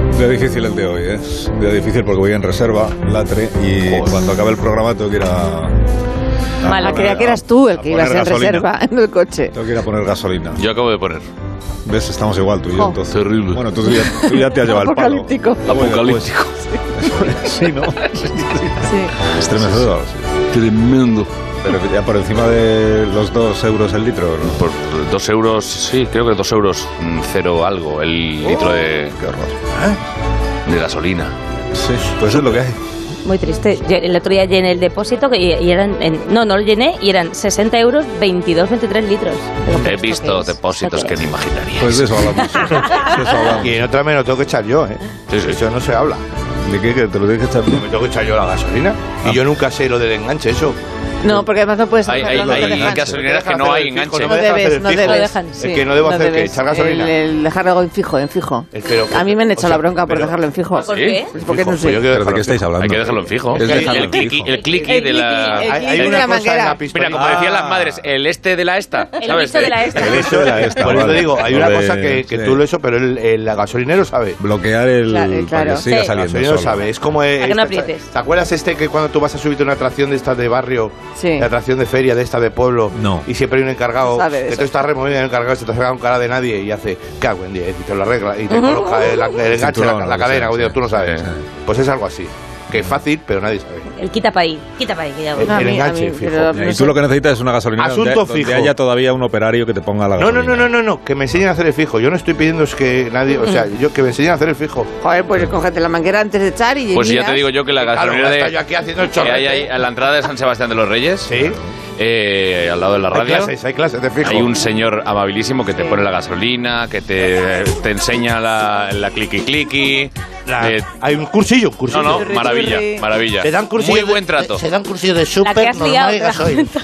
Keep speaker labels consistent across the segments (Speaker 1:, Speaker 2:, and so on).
Speaker 1: Un día difícil el de hoy, ¿eh? Es un día difícil porque voy en reserva, latre, y cuando acabe el programa tengo que ir a. a
Speaker 2: Mala,
Speaker 1: poner-
Speaker 2: creía que eras
Speaker 1: a-
Speaker 2: tú el
Speaker 1: a
Speaker 2: que
Speaker 1: poner
Speaker 2: ibas en
Speaker 1: gasolina.
Speaker 2: reserva en el coche.
Speaker 1: Tengo que ir a poner gasolina.
Speaker 3: Yo acabo de poner.
Speaker 1: ¿Ves? Estamos igual tú y yo.
Speaker 2: Jo.
Speaker 1: Entonces.
Speaker 3: Terrible.
Speaker 1: Bueno, tú ya, tú ya te has llevado el palo.
Speaker 2: Apocalíptico.
Speaker 4: Ah,
Speaker 1: Yo voy después.
Speaker 3: Apocalíptico.
Speaker 1: Sí, ¿no?
Speaker 2: Sí.
Speaker 1: Estremecedor. sí.
Speaker 3: Tremendo.
Speaker 1: Pero ya por encima de los dos euros el litro, ¿no?
Speaker 3: Por dos euros, sí, creo que dos euros mm, cero algo el
Speaker 4: Oh,
Speaker 3: litro de, ¿Eh?
Speaker 1: Qué horror.
Speaker 3: de gasolina.
Speaker 1: Sí, pues eso es lo que hay.
Speaker 5: Muy triste. Yo el otro día llené el depósito que- y, y eran. en- no, no lo llené y eran 60 euros, 22, 23 litros. Pero,
Speaker 3: He
Speaker 5: ¿esto
Speaker 3: visto
Speaker 5: qué es?
Speaker 3: depósitos
Speaker 5: ¿Esto
Speaker 3: que
Speaker 5: qué
Speaker 3: ni imaginaría.
Speaker 1: Pues de eso hablamos. De eso hablamos.
Speaker 4: Y en otra me lo tengo que echar yo, ¿eh?
Speaker 3: Sí, sí.
Speaker 4: Eso no se habla.
Speaker 1: ¿De qué? ¿Que Ah. te lo dije esta
Speaker 4: Me tengo que echar yo la gasolina. Y yo nunca sé lo del enganche, eso.
Speaker 2: No, porque además no puedes
Speaker 3: Hay-
Speaker 2: hacerlo,
Speaker 3: hay-
Speaker 2: no
Speaker 3: hay
Speaker 2: te dejan.
Speaker 3: gaso- gasolineras que no hay enganche.
Speaker 2: No
Speaker 3: No
Speaker 2: debes, no debes.
Speaker 5: dejan,
Speaker 2: Sí,
Speaker 4: El que no debo hacer que
Speaker 2: debes.
Speaker 4: echar gasolina.
Speaker 2: El, el dejar algo en fijo, en fijo.
Speaker 4: El- pero-
Speaker 2: a mí me han hecho
Speaker 4: o sea,
Speaker 2: la bronca por
Speaker 4: pero-
Speaker 2: dejarlo en fijo.
Speaker 5: ¿Por qué?
Speaker 2: Pues porque no
Speaker 4: Fijo,
Speaker 2: sé.
Speaker 4: yo quiero
Speaker 1: ¿Pero de
Speaker 4: dejarlo
Speaker 1: qué estáis hablando?
Speaker 3: Hay que dejarlo en fijo.
Speaker 1: Es
Speaker 3: El,
Speaker 1: dejarlo
Speaker 3: el
Speaker 1: en
Speaker 3: cliqui,
Speaker 1: fijo.
Speaker 3: el cliqui de la.
Speaker 2: El
Speaker 4: Hay, hay
Speaker 2: clic de
Speaker 4: una
Speaker 2: la
Speaker 4: cosa
Speaker 2: manguera.
Speaker 4: en la pistola.
Speaker 3: Mira, como decían las madres, el este de la esta.
Speaker 5: El
Speaker 3: ¿sabes?
Speaker 5: bicho de la esta.
Speaker 1: El hecho era esta.
Speaker 4: Por eso
Speaker 1: vale.
Speaker 4: digo, hay
Speaker 1: Lo
Speaker 4: una
Speaker 1: de-
Speaker 4: cosa que, que
Speaker 1: sí.
Speaker 4: tú lo eso, pero el, el gasolinero sabe.
Speaker 1: Bloquear el.
Speaker 2: Claro,
Speaker 1: Para
Speaker 2: claro.
Speaker 1: que siga
Speaker 5: Sí.
Speaker 4: El
Speaker 1: saliendo.
Speaker 4: gasolinero
Speaker 1: solo.
Speaker 4: sabe. Es como. eh,
Speaker 5: Para que no
Speaker 4: esta-
Speaker 5: aprietes.
Speaker 4: ¿Te acuerdas este que cuando tú vas a subirte a una atracción de esta de barrio,
Speaker 2: Sí.
Speaker 4: la atracción de feria de esta de pueblo,
Speaker 1: No.
Speaker 4: y siempre hay un encargado
Speaker 2: Sabe de
Speaker 4: que
Speaker 2: eso.
Speaker 4: tú estás removiendo y el encargado se te hace con cara de nadie y hace cago en 10 y te lo arregla y te coloca el, el enganche,
Speaker 1: Cinturón,
Speaker 4: la,
Speaker 1: lo
Speaker 4: la
Speaker 1: que
Speaker 4: cadena,
Speaker 1: sea,
Speaker 4: o digo,
Speaker 1: sí.
Speaker 4: tú no sabes.
Speaker 1: Sí.
Speaker 4: Pues es algo así. Que es fácil, pero nadie sabe.
Speaker 5: El quita para ahí, quita para ahí, que ya voy.
Speaker 4: El-
Speaker 2: No, a
Speaker 4: el
Speaker 2: mí- a
Speaker 4: enganche,
Speaker 2: mí,
Speaker 4: fijo.
Speaker 2: pero
Speaker 1: Ya,
Speaker 2: no
Speaker 1: Y
Speaker 2: sé.
Speaker 1: tú lo que necesitas es una gasolina donde,
Speaker 4: Asunto
Speaker 1: donde
Speaker 4: fijo.
Speaker 1: haya todavía un operario que te ponga la
Speaker 4: No,
Speaker 1: gasolina.
Speaker 4: no, no, no, no, no, que me enseñen a hacer el fijo. Yo no estoy pidiendo es que nadie, o sea, yo que me enseñen a hacer el fijo.
Speaker 2: Joder, pues cógete la manguera antes de echar y
Speaker 3: Pues ya
Speaker 2: miras.
Speaker 3: te digo yo que la
Speaker 4: Claro,
Speaker 3: gasolinera
Speaker 4: está yo
Speaker 3: de.
Speaker 4: aquí haciendo el
Speaker 3: Que hay ahí
Speaker 4: chorrete.
Speaker 3: a la entrada de San Sebastián de los Reyes.
Speaker 4: Sí.
Speaker 3: eh, al lado de la
Speaker 4: Hay
Speaker 3: radio.
Speaker 4: clases, hay clases de fijo.
Speaker 3: Hay un señor amabilísimo que te pone la gasolina, que te, te enseña la, la cliqui cliqui.
Speaker 4: La-
Speaker 3: Eh,
Speaker 4: hay un cursillo, un
Speaker 3: no,
Speaker 4: cursillo.
Speaker 3: no, maravilla, maravilla.
Speaker 6: Te dan cursillo
Speaker 3: Muy
Speaker 6: de-
Speaker 3: buen trato.
Speaker 6: te- Se dan cursillo de súper
Speaker 5: La que has liado,
Speaker 6: normal y
Speaker 5: te das
Speaker 6: gasoil.
Speaker 5: cuenta.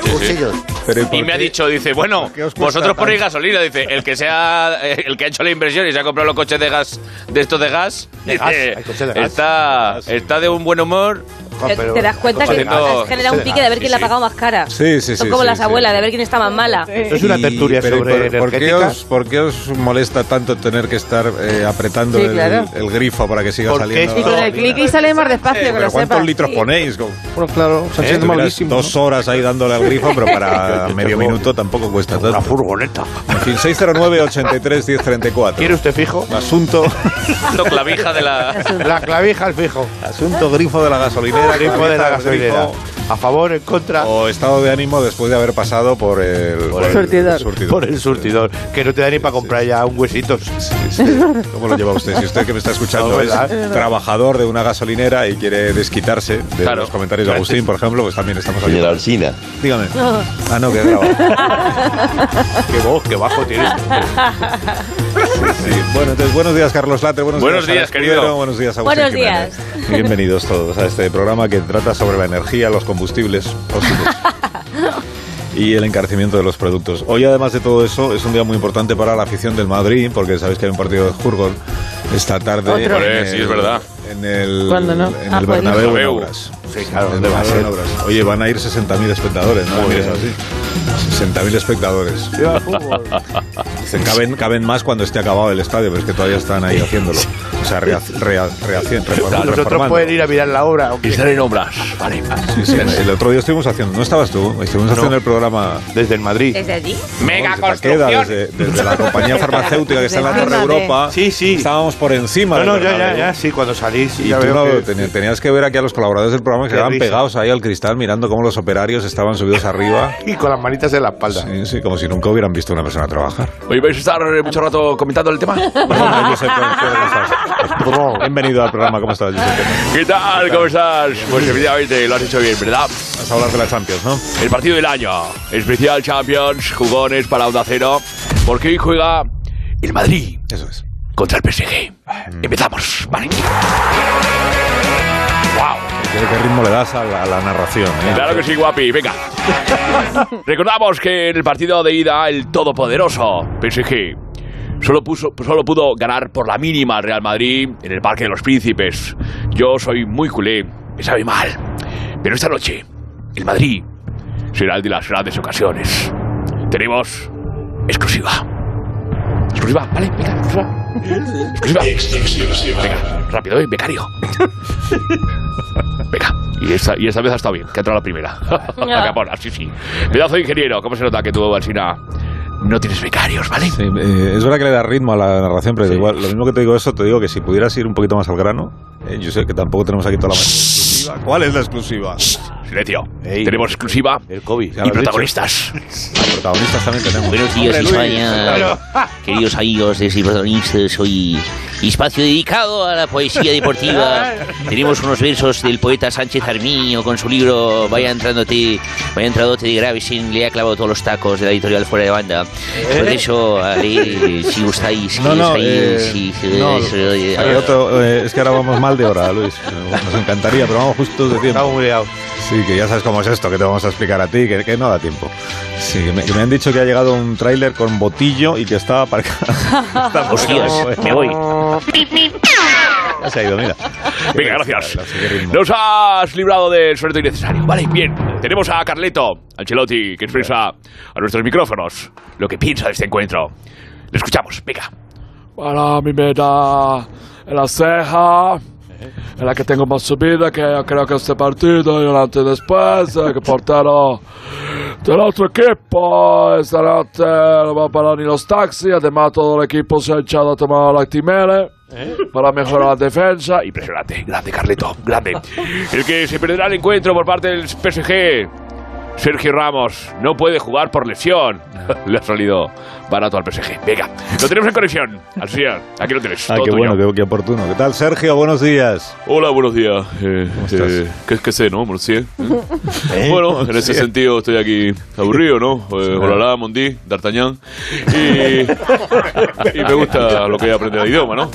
Speaker 6: Cursillos.
Speaker 1: Pero ¿y por
Speaker 3: Y me ha
Speaker 1: qué?
Speaker 3: dicho, dice, bueno,
Speaker 1: qué os cuesta
Speaker 3: Pues vosotros ponéis
Speaker 1: tanto?
Speaker 3: gasolina, dice, el que sea, eh, el que ha hecho la inversión y se ha comprado los coches de gas, de estos de gas,
Speaker 4: De gas,
Speaker 3: dice,
Speaker 4: hay coches de gas.
Speaker 3: está, está de un buen humor.
Speaker 4: Ah,
Speaker 5: Te,
Speaker 4: pero-
Speaker 5: te das cuenta que
Speaker 3: Haciendo-
Speaker 5: has generado un pique de ver quién la ha pagado más cara.
Speaker 1: Sí, sí,
Speaker 5: Son
Speaker 1: sí,
Speaker 5: como
Speaker 1: sí,
Speaker 5: las
Speaker 1: sí.
Speaker 5: abuelas, de ver quién está más mala.
Speaker 4: Esto es una
Speaker 1: Y-
Speaker 4: tertulia
Speaker 1: pero ¿y
Speaker 4: sobre
Speaker 1: por, por qué
Speaker 4: energética.
Speaker 1: os, por qué os molesta tanto tener que estar eh, apretando
Speaker 2: Sí,
Speaker 1: el,
Speaker 2: claro.
Speaker 1: el grifo para que siga
Speaker 4: Porque
Speaker 1: saliendo?
Speaker 2: Y
Speaker 4: esto-
Speaker 2: con el clic y sale más despacio, que
Speaker 1: ¿Pero
Speaker 2: lo
Speaker 1: cuántos
Speaker 2: sepas.
Speaker 1: litros ponéis? Como-
Speaker 4: Bueno, claro, se
Speaker 1: eh, estuvieras dos horas ahí dándole al grifo, pero para medio minuto tampoco cuesta
Speaker 4: Una
Speaker 1: tanto.
Speaker 4: furgoneta.
Speaker 1: En fin, 609 83
Speaker 4: ¿Quiere
Speaker 1: 1034
Speaker 4: usted fijo?
Speaker 1: Asunto,
Speaker 3: Haciendo clavija de la...
Speaker 4: La clavija al fijo.
Speaker 1: asunto grifo de la gasolinera.
Speaker 4: El grifo de la
Speaker 1: grifo
Speaker 4: gasolinera. A favor, en contra,
Speaker 1: O estado de ánimo después de haber pasado por el, por el
Speaker 2: Surtidor.
Speaker 4: por el surtidor. Que no te da ni para comprar ya un huesitos.
Speaker 1: ¿Cómo lo lleva usted? Si usted que me está escuchando
Speaker 4: No,
Speaker 1: es
Speaker 4: ¿verdad?
Speaker 1: trabajador de una gasolinera y quiere desquitarse de
Speaker 3: Claro.
Speaker 1: los comentarios de Agustín, por ejemplo, pues también estamos
Speaker 7: Señor
Speaker 1: aquí.
Speaker 7: Alsina,
Speaker 1: Dígame. Ah, no, que graba.
Speaker 4: Qué voz, qué bajo tienes.
Speaker 1: Sí. Bueno, entonces, buenos días, Carlos Latre. Buenos,
Speaker 3: Buenos
Speaker 1: días,
Speaker 3: días,
Speaker 1: Ana Escudero,
Speaker 3: querido.
Speaker 1: Buenos días, Agustín
Speaker 5: Buenos
Speaker 1: Jiménez. Bienvenidos todos a este programa que trata sobre la energía, los combustibles fósiles. Y el encarecimiento de los productos. Hoy, además de todo eso, es un día muy importante para la afición del Madrid, porque sabéis que hay un partido de fútbol esta tarde.
Speaker 2: Otro.
Speaker 3: Hombre, sí, es verdad.
Speaker 1: En el,
Speaker 2: ¿Cuándo no?
Speaker 1: en
Speaker 2: Ah,
Speaker 1: el
Speaker 2: pues
Speaker 1: Bernabéu en
Speaker 3: no.
Speaker 1: obras.
Speaker 4: Sí, claro,
Speaker 1: En el
Speaker 4: ¿dónde va a
Speaker 1: Bernabéu en
Speaker 4: ser?
Speaker 1: obras. Oye, van a ir 60.000 espectadores, ¿no?
Speaker 4: Muy
Speaker 1: Mires
Speaker 4: bien.
Speaker 1: así. 60.000 espectadores. Dicen, caben, caben más cuando esté acabado el estadio, pero es que todavía están ahí haciéndolo. O sea, rea, rea- reacien- reform-
Speaker 4: Nosotros
Speaker 1: reformando.
Speaker 4: pueden ir a mirar la obra. aunque-
Speaker 3: en obras. Vale.
Speaker 1: Sí, sí, el otro día estuvimos haciendo, no estabas tú, estuvimos haciendo el programa
Speaker 4: Desde el Madrid.
Speaker 5: Desde allí.
Speaker 3: Mega
Speaker 1: desde Takeda,
Speaker 3: construcción.
Speaker 1: desde, desde la compañía farmacéutica que está en la Torre
Speaker 2: Encima de-
Speaker 1: Europa.
Speaker 4: Sí, sí.
Speaker 1: Estábamos por encima del
Speaker 4: No, no, ya, ya,
Speaker 1: Bernabéu.
Speaker 8: ¿eh?
Speaker 4: ya. Sí, cuando salís.
Speaker 1: Y
Speaker 4: ya
Speaker 1: tú
Speaker 4: veo
Speaker 1: no,
Speaker 4: que-
Speaker 1: teni- tenías que ver aquí a los colaboradores del programa que
Speaker 4: Qué
Speaker 1: estaban
Speaker 4: risa.
Speaker 1: pegados ahí al cristal mirando cómo los operarios estaban subidos arriba.
Speaker 4: Y con las manitas en la espalda.
Speaker 1: Sí, sí, como si nunca hubieran visto a una persona trabajar.
Speaker 3: Hoy vais a estar eh, mucho rato comentando el tema.
Speaker 1: Hola, Josep, ¿cómo estás? Bienvenido al programa, ¿cómo estás, Josep?
Speaker 3: ¿Qué tal? ¿Cómo estás? Pues evidentemente lo has hecho bien, ¿verdad?
Speaker 1: Vas a hablar de la Champions, ¿no?
Speaker 3: El partido del año. Especial Champions, jugones para Onda Cero. Porque hoy juega el Madrid
Speaker 1: Eso es. Mm.
Speaker 3: contra el PSG. Empezamos, ¿vale? ¡Wow!
Speaker 1: Quiero ¿Qué ritmo le das a la, a la narración? eh?
Speaker 3: Claro que sí, guapi, venga. Recordamos que en el partido de ida, el todopoderoso PSG solo, puso- solo pudo ganar por la mínima al Real Madrid en el Parque de los Príncipes. Yo soy muy culé, me sabe mal. Pero esta noche, el Madrid será el de las grandes ocasiones. Tenemos exclusiva. Exclusiva, ¿vale? Venga, exclusiva. Exclusiva. Venga, rápido, ¿eh? becario. Venga. Y esta, y esta vez ha estado bien, que ha entrado la primera. La capona, sí, sí. Pedazo de ingeniero, ¿cómo se nota que tú, Alcina, no tienes becarios, ¿vale?
Speaker 1: Sí, eh, es verdad que le da ritmo a la narración, pero igual, lo mismo que te digo eso, te digo que si pudieras ir un poquito más al grano, eh, yo sé que tampoco tenemos aquí toda la mañana. exclusiva. ¿Cuál es la exclusiva?
Speaker 3: Silencio.
Speaker 4: Ey.
Speaker 3: Tenemos exclusiva
Speaker 4: El
Speaker 1: Ya
Speaker 4: COVID.
Speaker 3: y
Speaker 1: lo has
Speaker 3: protagonistas.
Speaker 1: Protagonistas también tenemos.
Speaker 7: Buenos días,
Speaker 1: Hombre, Luis,
Speaker 7: España.
Speaker 1: claro.
Speaker 7: Queridos amigos de Ciberdonistas, hoy espacio dedicado a la poesía deportiva. Tenemos unos versos del poeta Sánchez Armiño con su libro Vaya entrándote, vaya entradote de Gravesin. Le ha clavado todos los tacos de la editorial Fuera de Banda. Por eso, a ver, si gustáis,
Speaker 1: ¿Eh? No, no,
Speaker 7: ahí,
Speaker 1: eh,
Speaker 7: si- si-
Speaker 1: no,
Speaker 7: si- eh,
Speaker 1: hay otro, eh, es que ahora vamos mal de hora, Luis. eh, Nos encantaría, pero vamos justo de tiempo.
Speaker 4: Estamos muy liados.
Speaker 1: Sí, que ya sabes cómo es esto, que te vamos a explicar a ti, que, que no da tiempo. Sí, que me, que me han dicho que ha llegado un tráiler con botillo y que estaba aparcado. Ah, Está
Speaker 7: Hostias,
Speaker 1: aparcado.
Speaker 7: me voy.
Speaker 1: Ya se ha ido, mira.
Speaker 3: Venga, gracias.
Speaker 1: No sé qué ritmo.
Speaker 3: Nos has librado del sueldo innecesario. Vale, bien. Tenemos a Carleto Ancelotti, que expresa a nuestros micrófonos lo que piensa de este encuentro. Le escuchamos, venga.
Speaker 9: Para mi meta en la ceja, en la que tengo más subida, que yo creo que este partido y delante y después, eh, que el portero del otro equipo, esta noche no va a parar ni los taxis, además todo el equipo se ha echado a tomar lactimere para mejorar la defensa y
Speaker 3: Impresionante, grande Carleto, grande. El que se perderá el encuentro por parte del PSG, Sergio Ramos, no puede jugar por lesión.
Speaker 1: Ah.
Speaker 3: Le ha salido barato al PSG. Venga, lo tenemos en conexión. Así es, aquí lo tienes.
Speaker 1: Ah,
Speaker 3: todo
Speaker 1: qué
Speaker 3: tuyo.
Speaker 1: bueno, qué, qué oportuno. ¿Qué tal, Sergio? Buenos días.
Speaker 9: Hola, buenos días. Eh,
Speaker 1: estás? Eh,
Speaker 9: eh, ¿qué, qué sé, no? Murcia. Bueno, en ese sentido estoy aquí aburrido, ¿no? Eh, Olalá, Mondí, D'Artagnan. Y, y me gusta lo que he aprendido de idioma, ¿no?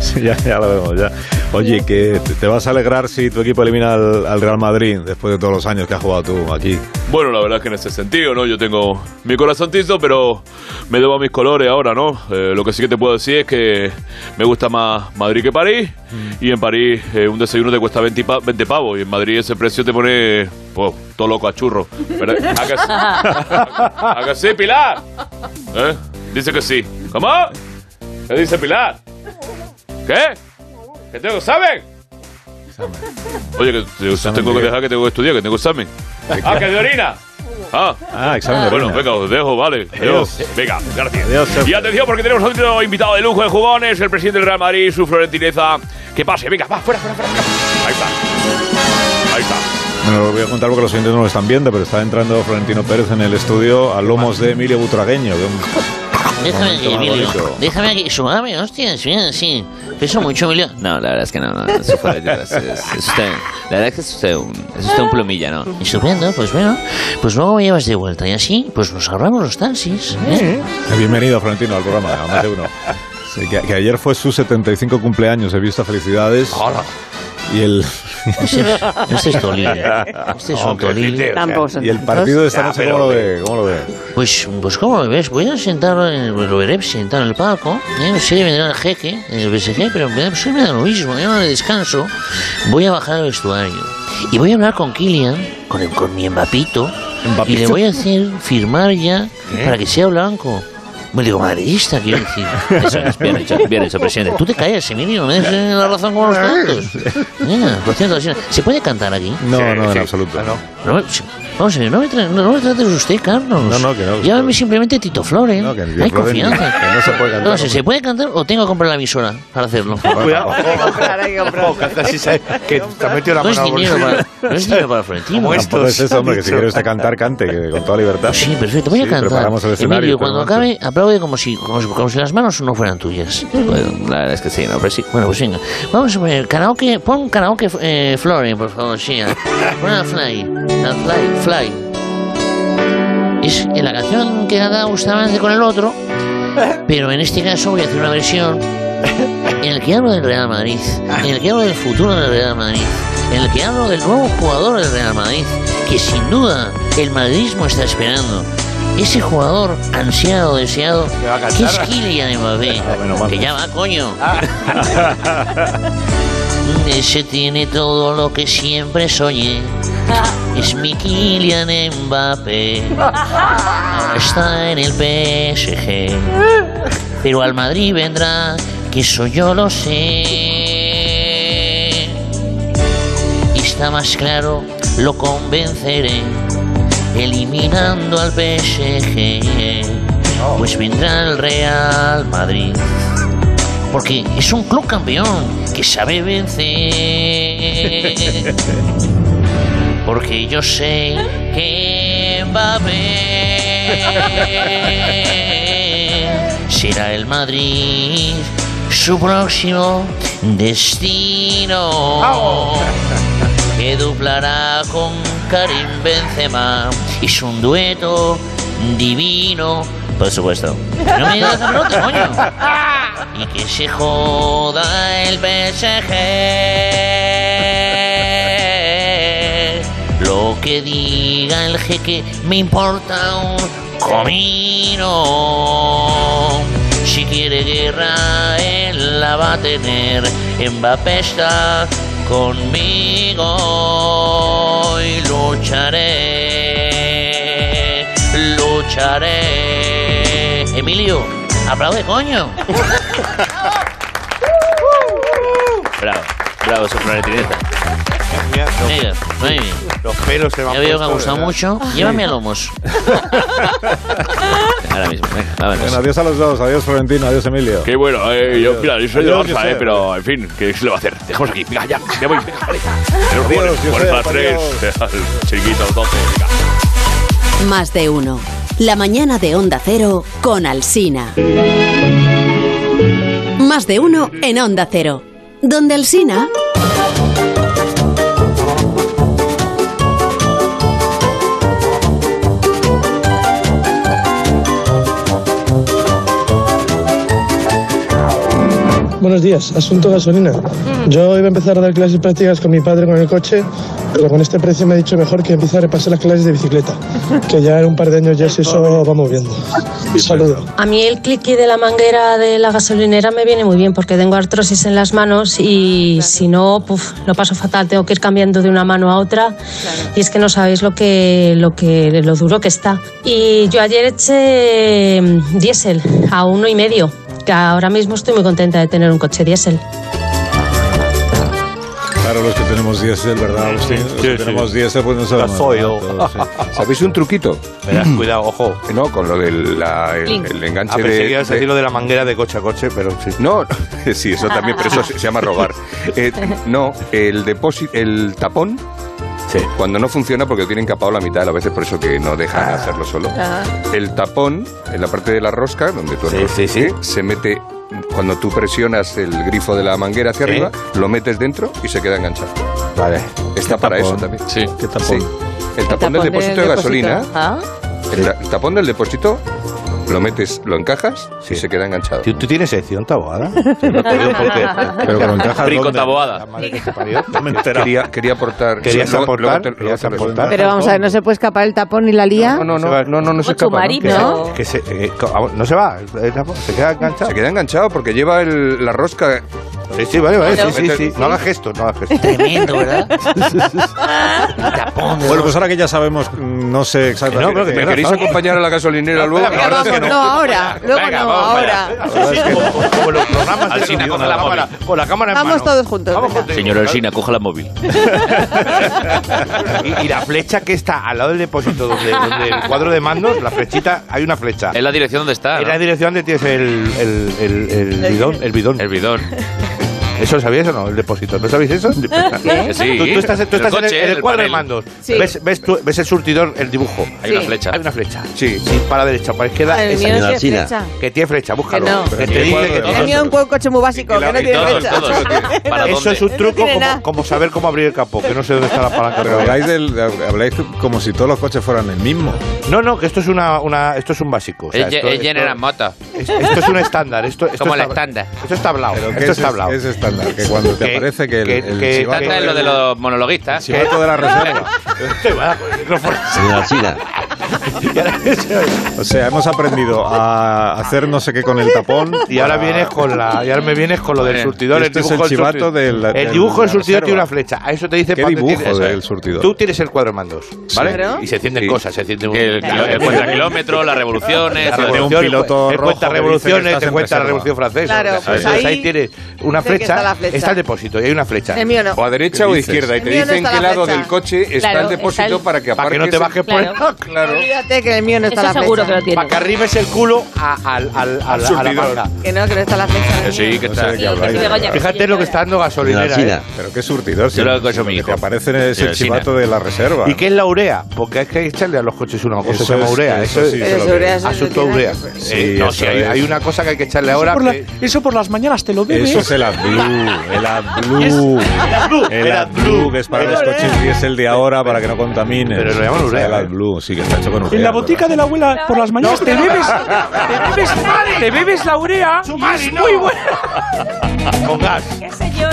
Speaker 1: Sí, ya, ya lo vemos, ya. Oye, que te- te vas a alegrar si tu equipo elimina al, al Real Madrid después de todos los años que has jugado tú aquí.
Speaker 9: Bueno, la verdad es que en ese sentido, ¿no? Yo tengo mi corazón tiso, pero me debo a mis colores ahora, ¿no? Eh, lo que sí que te puedo decir es que me gusta más Madrid que París. Y en París eh, un desayuno te cuesta 20, pa- 20 pavos. Y en Madrid ese precio te pone, pues, todo loco a churro. ¿Verdad? ¿A que sí? ¿A que sí, Pilar? ¿Eh? Dice que sí. ¿Cómo? ¿Qué dice Pilar? ¿Qué? ¿Qué tengo que saber? Oye, que te- tengo que
Speaker 1: de-
Speaker 9: dejar que tengo que estudiar, que tengo examen. ¡Ah, que de orina! Ah,
Speaker 1: Ah, examen de
Speaker 9: bueno,
Speaker 1: orina.
Speaker 9: venga, os dejo, vale.
Speaker 1: Adiós.
Speaker 9: Adiós. Venga, gracias.
Speaker 1: Adiós, Sergio.
Speaker 3: Y atención porque tenemos otro invitado de lujo de jugones, el presidente del Real Madrid, su florentineza. Que pase, venga, va, fuera, fuera, fuera. fuera. Ahí está. Ahí está.
Speaker 1: Bueno, lo voy a contar porque los oyentes no lo están viendo, pero está entrando Florentino Pérez en el estudio a lomos de Emilio Butragueño. que un-
Speaker 7: Déjame aquí,
Speaker 1: Momento más
Speaker 7: Emilio.
Speaker 1: bonito.
Speaker 7: Déjame aquí. Sumame, hostias. Bien, sí. Peso mucho, Emilio. No, la verdad es que no. no eso fue, la, es, es usted, la verdad es que es usted un, es usted un plumilla, ¿no? Estupendo. Pues bueno. Pues luego me llevas de vuelta. Y así, pues nos ahorramos los taxis. ¿eh?
Speaker 1: Bienvenido, Florentino, al programa, a más de uno. Sí, que, que ayer fue su 75 cumpleaños, he visto felicidades. Y el,
Speaker 7: Este, este es Tolile. Este es un Tolile.
Speaker 2: Tampoco son
Speaker 1: y el partido de esta noche, ¿cómo lo ve? ¿Cómo lo ve?
Speaker 7: Pues, pues ¿cómo lo ves? Voy a sentarlo en el, lo veré sentado en el palco. ¿eh? Sí, vendrá el jeque, el PSG, pero me da, pues, me da lo mismo. Yo no le descanso. Voy a bajar al vestuario. Y voy a hablar con Kylian, con, el- con mi Mbapito. Y le voy a hacer firmar ya
Speaker 1: ¿Eh?
Speaker 7: para que sea blanco. Me digo, madridista, quiero decir. Eso es, bien hecho, bien hecho, presidente. Tú te callas, Emilio, me das eh, la razón con los tantos. Mira, por cierto, ¿se puede cantar aquí?
Speaker 1: No,
Speaker 3: Sí,
Speaker 1: no, en
Speaker 3: sí.
Speaker 1: absoluto.
Speaker 7: No me- vamos a ver, no me, tra- no me trates usted, Carlos.
Speaker 1: No, no, que no.
Speaker 7: Llámame simplemente Tito Flores.
Speaker 1: No, que el
Speaker 7: Hay
Speaker 1: Tito Floren-
Speaker 7: confianza.
Speaker 1: que no se puede cantar.
Speaker 7: Entonces, ¿se puede cantar o tengo que comprar la emisora para hacerlo?
Speaker 4: Cuidado.
Speaker 2: Hay que comprar, hay que comprar.
Speaker 4: Ojo, canta así, ¿sabes? Que te has metido la
Speaker 7: No es
Speaker 4: mano al
Speaker 7: dinero
Speaker 4: bolsillo.
Speaker 7: para, no es dinero para Florentino.
Speaker 4: Como
Speaker 7: Pues
Speaker 1: Tampoco es
Speaker 4: Estos
Speaker 1: eso, hombre, que si
Speaker 4: dicho.
Speaker 1: quiere usted cantar, cante, que con toda libertad.
Speaker 7: Sí, perfecto, voy a
Speaker 1: Sí,
Speaker 7: cantar.
Speaker 1: preparamos el escenario,
Speaker 7: Emilio,
Speaker 1: pero
Speaker 7: cuando
Speaker 1: antes-
Speaker 7: acabe, aplaude como si, como, si, como si las manos no fueran tuyas. Bueno, la verdad es que sí, no, pero sí. Bueno, pues venga. Vamos a poner karaoke, pon karaoke eh, Flore, por favor, sí. ah. Pon a Fly, a Fly, Fly. Es la canción que cantaba Bustamante con el otro, pero en este caso voy a hacer una versión en el que hablo del Real Madrid, en el que hablo del futuro del Real Madrid, en el que hablo del nuevo jugador del Real Madrid, que sin duda el madridismo está esperando. Ese jugador ansiado, deseado,
Speaker 4: va a Ah,
Speaker 7: que
Speaker 4: cantar?
Speaker 7: es Kylian Mbappé,
Speaker 1: bueno, vamos.
Speaker 7: que ya va, coño. Ese tiene todo lo que siempre soñé. Es mi Kylian Mbappé. Ahora Está en el PSG. Pero al Madrid vendrá, que eso yo lo sé. Y está más claro, lo convenceré. Eliminando al PSG. Pues vendrá el Real Madrid. Porque es un club campeón que sabe vencer. Porque yo sé que Mbappé será el Madrid su próximo destino. Que duplará con Karim Benzema. Es un dueto divino. Por supuesto. No me digas la pelota, coño y que se joda el PSG. Lo que diga el jeque me importa un comino. Si quiere guerra, él la va a tener. Mbappé está conmigo y lucharé, lucharé. Emilio, aplaude coño.
Speaker 3: Bravo, bravo, su floretineta.
Speaker 7: Mira, muy bien.
Speaker 4: Los pelos se van
Speaker 7: Ya veo que ha
Speaker 4: puesto,
Speaker 7: gustado
Speaker 4: ¿verdad? Ah,
Speaker 7: mucho. Llévame a Lomos.
Speaker 3: Ahora mismo, venga,
Speaker 1: Bueno,
Speaker 3: vámonos.
Speaker 1: adiós a los dos, adiós Florentino, adiós Emilio.
Speaker 3: Qué bueno, eh, yo, mira, yo soy de
Speaker 1: Adiós,
Speaker 3: Barça, eh,
Speaker 1: Josep.
Speaker 3: pero en fin, ¿qué se le va a hacer? Dejamos aquí, venga, ya, me voy, venga, vale. Pero
Speaker 1: Adiós,
Speaker 3: jueves, jueves a las
Speaker 1: Josep,
Speaker 3: 3, al chiquito, 12, venga.
Speaker 10: Más de uno. La mañana de Onda Cero con Alsina. Más de uno en Onda Cero. Donde Alsina.
Speaker 11: Buenos días, asunto gasolina. Yo iba a empezar a dar clases prácticas con mi padre con el coche, pero con este precio me ha dicho mejor que empiece a repasar las clases de bicicleta, que ya en un par de años ya si eso vamos viendo. Saludos.
Speaker 12: A mí el cliqui de la manguera de la gasolinera me viene muy bien porque tengo artrosis en las manos y si no, puf, lo paso fatal. Tengo que ir cambiando de una mano a otra y es que no sabéis lo que lo que lo duro que está. Y yo ayer eché mm, diésel a uno y medio. Que ahora mismo estoy muy contenta de tener un coche diésel.
Speaker 1: Claro, los que tenemos 10 es verdad, Agustín. Los que
Speaker 9: sí.
Speaker 1: tenemos 10 pues no sabemos.
Speaker 4: soy yo.
Speaker 1: nada, todos, sí.
Speaker 8: ¿Sabéis un truquito?
Speaker 4: Verás, cuidado, ojo.
Speaker 8: No, con lo del la- el,
Speaker 5: Link.
Speaker 8: el
Speaker 4: Ah,
Speaker 8: enganche
Speaker 4: pensé que
Speaker 8: de,
Speaker 4: ibas a
Speaker 8: de-
Speaker 4: decir lo de la manguera de coche a coche, pero sí.
Speaker 8: No, sí, eso también, pero eso se, se llama robar. Eh, no, el depósito, el tapón, cuando no funciona porque tienen capado la mitad de las veces, por eso que no dejan hacerlo solo. El tapón, en la parte de la rosca, donde tú
Speaker 4: Sí,
Speaker 8: arrojas,
Speaker 4: sí, sí.
Speaker 8: ¿eh? se mete, cuando tú presionas el grifo de la manguera hacia
Speaker 4: Sí.
Speaker 8: arriba, lo metes dentro y se queda enganchado.
Speaker 4: Vale.
Speaker 8: Está para
Speaker 1: tapón?
Speaker 8: eso también.
Speaker 9: Sí.
Speaker 1: ¿Qué tapón?
Speaker 8: Sí. El tapón del depósito de gasolina,
Speaker 5: Ah.
Speaker 8: el ta- el tapón del depósito, lo metes, lo encajas y
Speaker 4: Sí.
Speaker 8: se queda enganchado.
Speaker 4: ¿Tú, tú tienes sección taboada? Sí, no te digo por qué.
Speaker 1: Pero con encaja
Speaker 3: Rico
Speaker 1: ¿dónde?
Speaker 3: taboada.
Speaker 4: Madre que te parió.
Speaker 1: Me he enterado.
Speaker 8: Quería, quería aportar.
Speaker 4: ¿Querías
Speaker 8: luego- luego
Speaker 4: aportar?
Speaker 8: te- luego
Speaker 4: ¿Querías
Speaker 8: te resuelvo.
Speaker 4: aportar?
Speaker 2: Pero vamos a ver, no se puede escapar el tapón ni la lía.
Speaker 8: No, no, no, no, no, no se
Speaker 5: Mucho
Speaker 8: escapa. ¿no?
Speaker 5: marido.
Speaker 4: Que se-
Speaker 5: No.
Speaker 4: que se- eh, co- no se va, eh, tapón, se queda enganchado.
Speaker 8: Se queda enganchado porque lleva el- la rosca.
Speaker 4: Sí, sí, vale, vale, sí, sí,
Speaker 8: Pero-
Speaker 4: sí. No hagas gestos, no hagas
Speaker 13: Pues
Speaker 4: gestos.
Speaker 7: Tremendo, ¿verdad? Tapón de
Speaker 1: Bueno, pues ahora que ya sabemos, mm, no sé exactamente.
Speaker 4: No, pero que
Speaker 8: ¿Me
Speaker 4: Tienes
Speaker 8: queréis
Speaker 4: razón.
Speaker 8: acompañar a la gasolinera luego?
Speaker 2: Venga,
Speaker 8: Ahora
Speaker 2: vamos,
Speaker 8: sí,
Speaker 2: no.
Speaker 8: ¿no?
Speaker 2: ahora. Luego
Speaker 3: Venga,
Speaker 2: no,
Speaker 3: vamos para
Speaker 2: ahora.
Speaker 4: como, como los programas
Speaker 3: Alsina
Speaker 4: sonido,
Speaker 3: con la móvil.
Speaker 4: cámara- con la cámara en
Speaker 2: Vamos
Speaker 4: mano.
Speaker 2: todos juntos,
Speaker 4: Vamos
Speaker 2: venga.
Speaker 4: contigo.
Speaker 3: Señor Alsina, coja la móvil.
Speaker 4: Y, y la flecha que está al lado del depósito donde, donde el cuadro de mandos, la flechita, hay una flecha.
Speaker 14: Es la dirección donde está.
Speaker 4: En
Speaker 14: ¿no?
Speaker 4: la dirección donde tienes el, el, el, el bidón. El bidón.
Speaker 14: El bidón.
Speaker 4: ¿Eso lo sabías o no? El depósito. ¿No sabéis eso?
Speaker 14: Que Sí.
Speaker 4: Tú, tú estás,
Speaker 14: El
Speaker 4: tú estás en, el,
Speaker 14: coche,
Speaker 4: en el cuadro de
Speaker 14: panel.
Speaker 4: mandos.
Speaker 2: Sí.
Speaker 4: ¿Ves, ves, tú- ves el surtidor, el dibujo.
Speaker 14: Hay una flecha.
Speaker 4: Hay una flecha. Sí, sí, para la derecha, para la izquierda.
Speaker 2: El
Speaker 4: esa.
Speaker 2: mío no tiene
Speaker 6: Alsina.
Speaker 2: flecha.
Speaker 4: Que tiene flecha, búscalo.
Speaker 2: Que no.
Speaker 4: Que
Speaker 1: Sí,
Speaker 4: te dice
Speaker 1: cuadro
Speaker 4: que
Speaker 1: de
Speaker 2: El
Speaker 4: tiene-
Speaker 2: mío es un coche muy básico, que no tiene
Speaker 14: Todos,
Speaker 2: flecha.
Speaker 14: todos. ¿Para
Speaker 4: Eso
Speaker 14: dónde?
Speaker 4: es un truco
Speaker 2: tiene nada.
Speaker 4: como, como saber cómo abrir el capó, que no sé dónde está la palanca.
Speaker 1: Pero habláis, del, habláis como si todos los coches fueran el mismo.
Speaker 4: No, no, que esto es una, una esto es un básico. o sea,
Speaker 14: Es, Ye-
Speaker 4: esto,
Speaker 14: es
Speaker 4: esto-
Speaker 14: General Mota.
Speaker 4: es- esto es un estándar. Esto, esto
Speaker 14: Como
Speaker 4: está-
Speaker 14: el estándar.
Speaker 4: Esto está hablado.
Speaker 1: Pero que
Speaker 4: Esto
Speaker 1: es,
Speaker 4: está hablado.
Speaker 1: es estándar, que cuando te
Speaker 4: Que-
Speaker 1: aparece que el,
Speaker 4: que-
Speaker 1: el
Speaker 4: que-
Speaker 1: chivato,
Speaker 4: ¿eh?
Speaker 14: Tanta es lo de los monologuistas.
Speaker 1: chivato de la reserva.
Speaker 4: Te va a dar con el micrófono.
Speaker 6: Señor Alsina,
Speaker 1: O sea, hemos aprendido a hacer no sé qué con el tapón.
Speaker 4: Y ahora vienes con la- y ahora me vienes con lo del surtidor, el
Speaker 1: Este es el
Speaker 4: dibujo del
Speaker 1: chivato
Speaker 4: surtidor.
Speaker 1: del.
Speaker 4: El
Speaker 1: del-
Speaker 4: dibujo del
Speaker 1: la
Speaker 4: surtidor tiene
Speaker 1: reserva.
Speaker 4: una flecha. A eso te dice
Speaker 1: ¿Qué
Speaker 4: para dónde
Speaker 1: dibujo
Speaker 4: tienes- eso
Speaker 1: del
Speaker 4: es.
Speaker 1: surtidor?
Speaker 4: Tú tienes el cuadro mandos, ¿vale?
Speaker 14: Claro.
Speaker 4: Y se encienden cosas, se enciende un
Speaker 14: El, kilo- el cuenta kilómetros, las revoluciones.
Speaker 4: La
Speaker 14: todo.
Speaker 4: revolución, te cuenta revoluciones, te cuenta la revolución francesa.
Speaker 2: Claro,
Speaker 4: Entonces,
Speaker 2: pues
Speaker 4: ahí,
Speaker 2: ahí
Speaker 4: tienes una
Speaker 2: sé que
Speaker 4: flecha,
Speaker 2: está la
Speaker 4: está,
Speaker 2: flecha.
Speaker 4: el depósito y hay una flecha.
Speaker 2: El mío no.
Speaker 8: O a derecha
Speaker 4: ¿Qué
Speaker 8: o a
Speaker 4: dices?
Speaker 8: izquierda. Y te
Speaker 2: El mío no
Speaker 8: dicen
Speaker 2: está
Speaker 8: qué
Speaker 2: la
Speaker 8: lado
Speaker 2: flecha.
Speaker 8: del coche está
Speaker 2: Claro,
Speaker 8: el
Speaker 2: está
Speaker 8: depósito
Speaker 2: el-
Speaker 8: para que
Speaker 4: Para
Speaker 8: aparques.
Speaker 4: que no te bajes por el-
Speaker 2: Claro. Olvídate que el mío no está
Speaker 5: Eso
Speaker 2: la
Speaker 5: seguro que
Speaker 2: flecha.
Speaker 5: lo tiene.
Speaker 4: Para que arribes el culo a, al- al- a la- a la
Speaker 1: surtidor.
Speaker 4: manga.
Speaker 2: Que no, que no está la flecha.
Speaker 14: Que sí, que está.
Speaker 4: Fíjate lo que está dando gasolinera. ¿eh?
Speaker 1: Pero qué surtidor.
Speaker 14: Yo
Speaker 1: Si
Speaker 14: lo
Speaker 1: lo
Speaker 14: hago con mi
Speaker 1: que te
Speaker 14: hijo.
Speaker 1: aparece es
Speaker 14: Pero
Speaker 1: el
Speaker 14: sí,
Speaker 1: chivato de la reserva.
Speaker 4: ¿Y qué es la urea? Porque es que hay que echarle a los coches una cosa
Speaker 1: Eso
Speaker 4: que se llama
Speaker 1: es- eso
Speaker 4: urea. Eso es,
Speaker 1: sí se lo Eso es
Speaker 2: urea, eso
Speaker 4: asunto
Speaker 2: tiene
Speaker 4: urea.
Speaker 2: que ver.
Speaker 1: Sí,
Speaker 4: Eh, no,
Speaker 1: eso
Speaker 4: sí, hay,
Speaker 1: es.
Speaker 4: hay una cosa que hay que echarle ahora. que-
Speaker 15: eso por las mañanas te lo debes.
Speaker 1: Eso es el AdBlue, el AdBlue. El AdBlue, que es para los coches diésel de ahora para que no contaminen.
Speaker 4: Pero lo llaman
Speaker 1: Está
Speaker 4: urea, ¿eh?
Speaker 1: El AdBlue, sí, que está hecho con urea.
Speaker 15: En la botica de la abuela por las mañanas te bebes, te bebes, te bebes la urea. y es muy buena.
Speaker 4: Con gas.
Speaker 5: ¡Qué señor!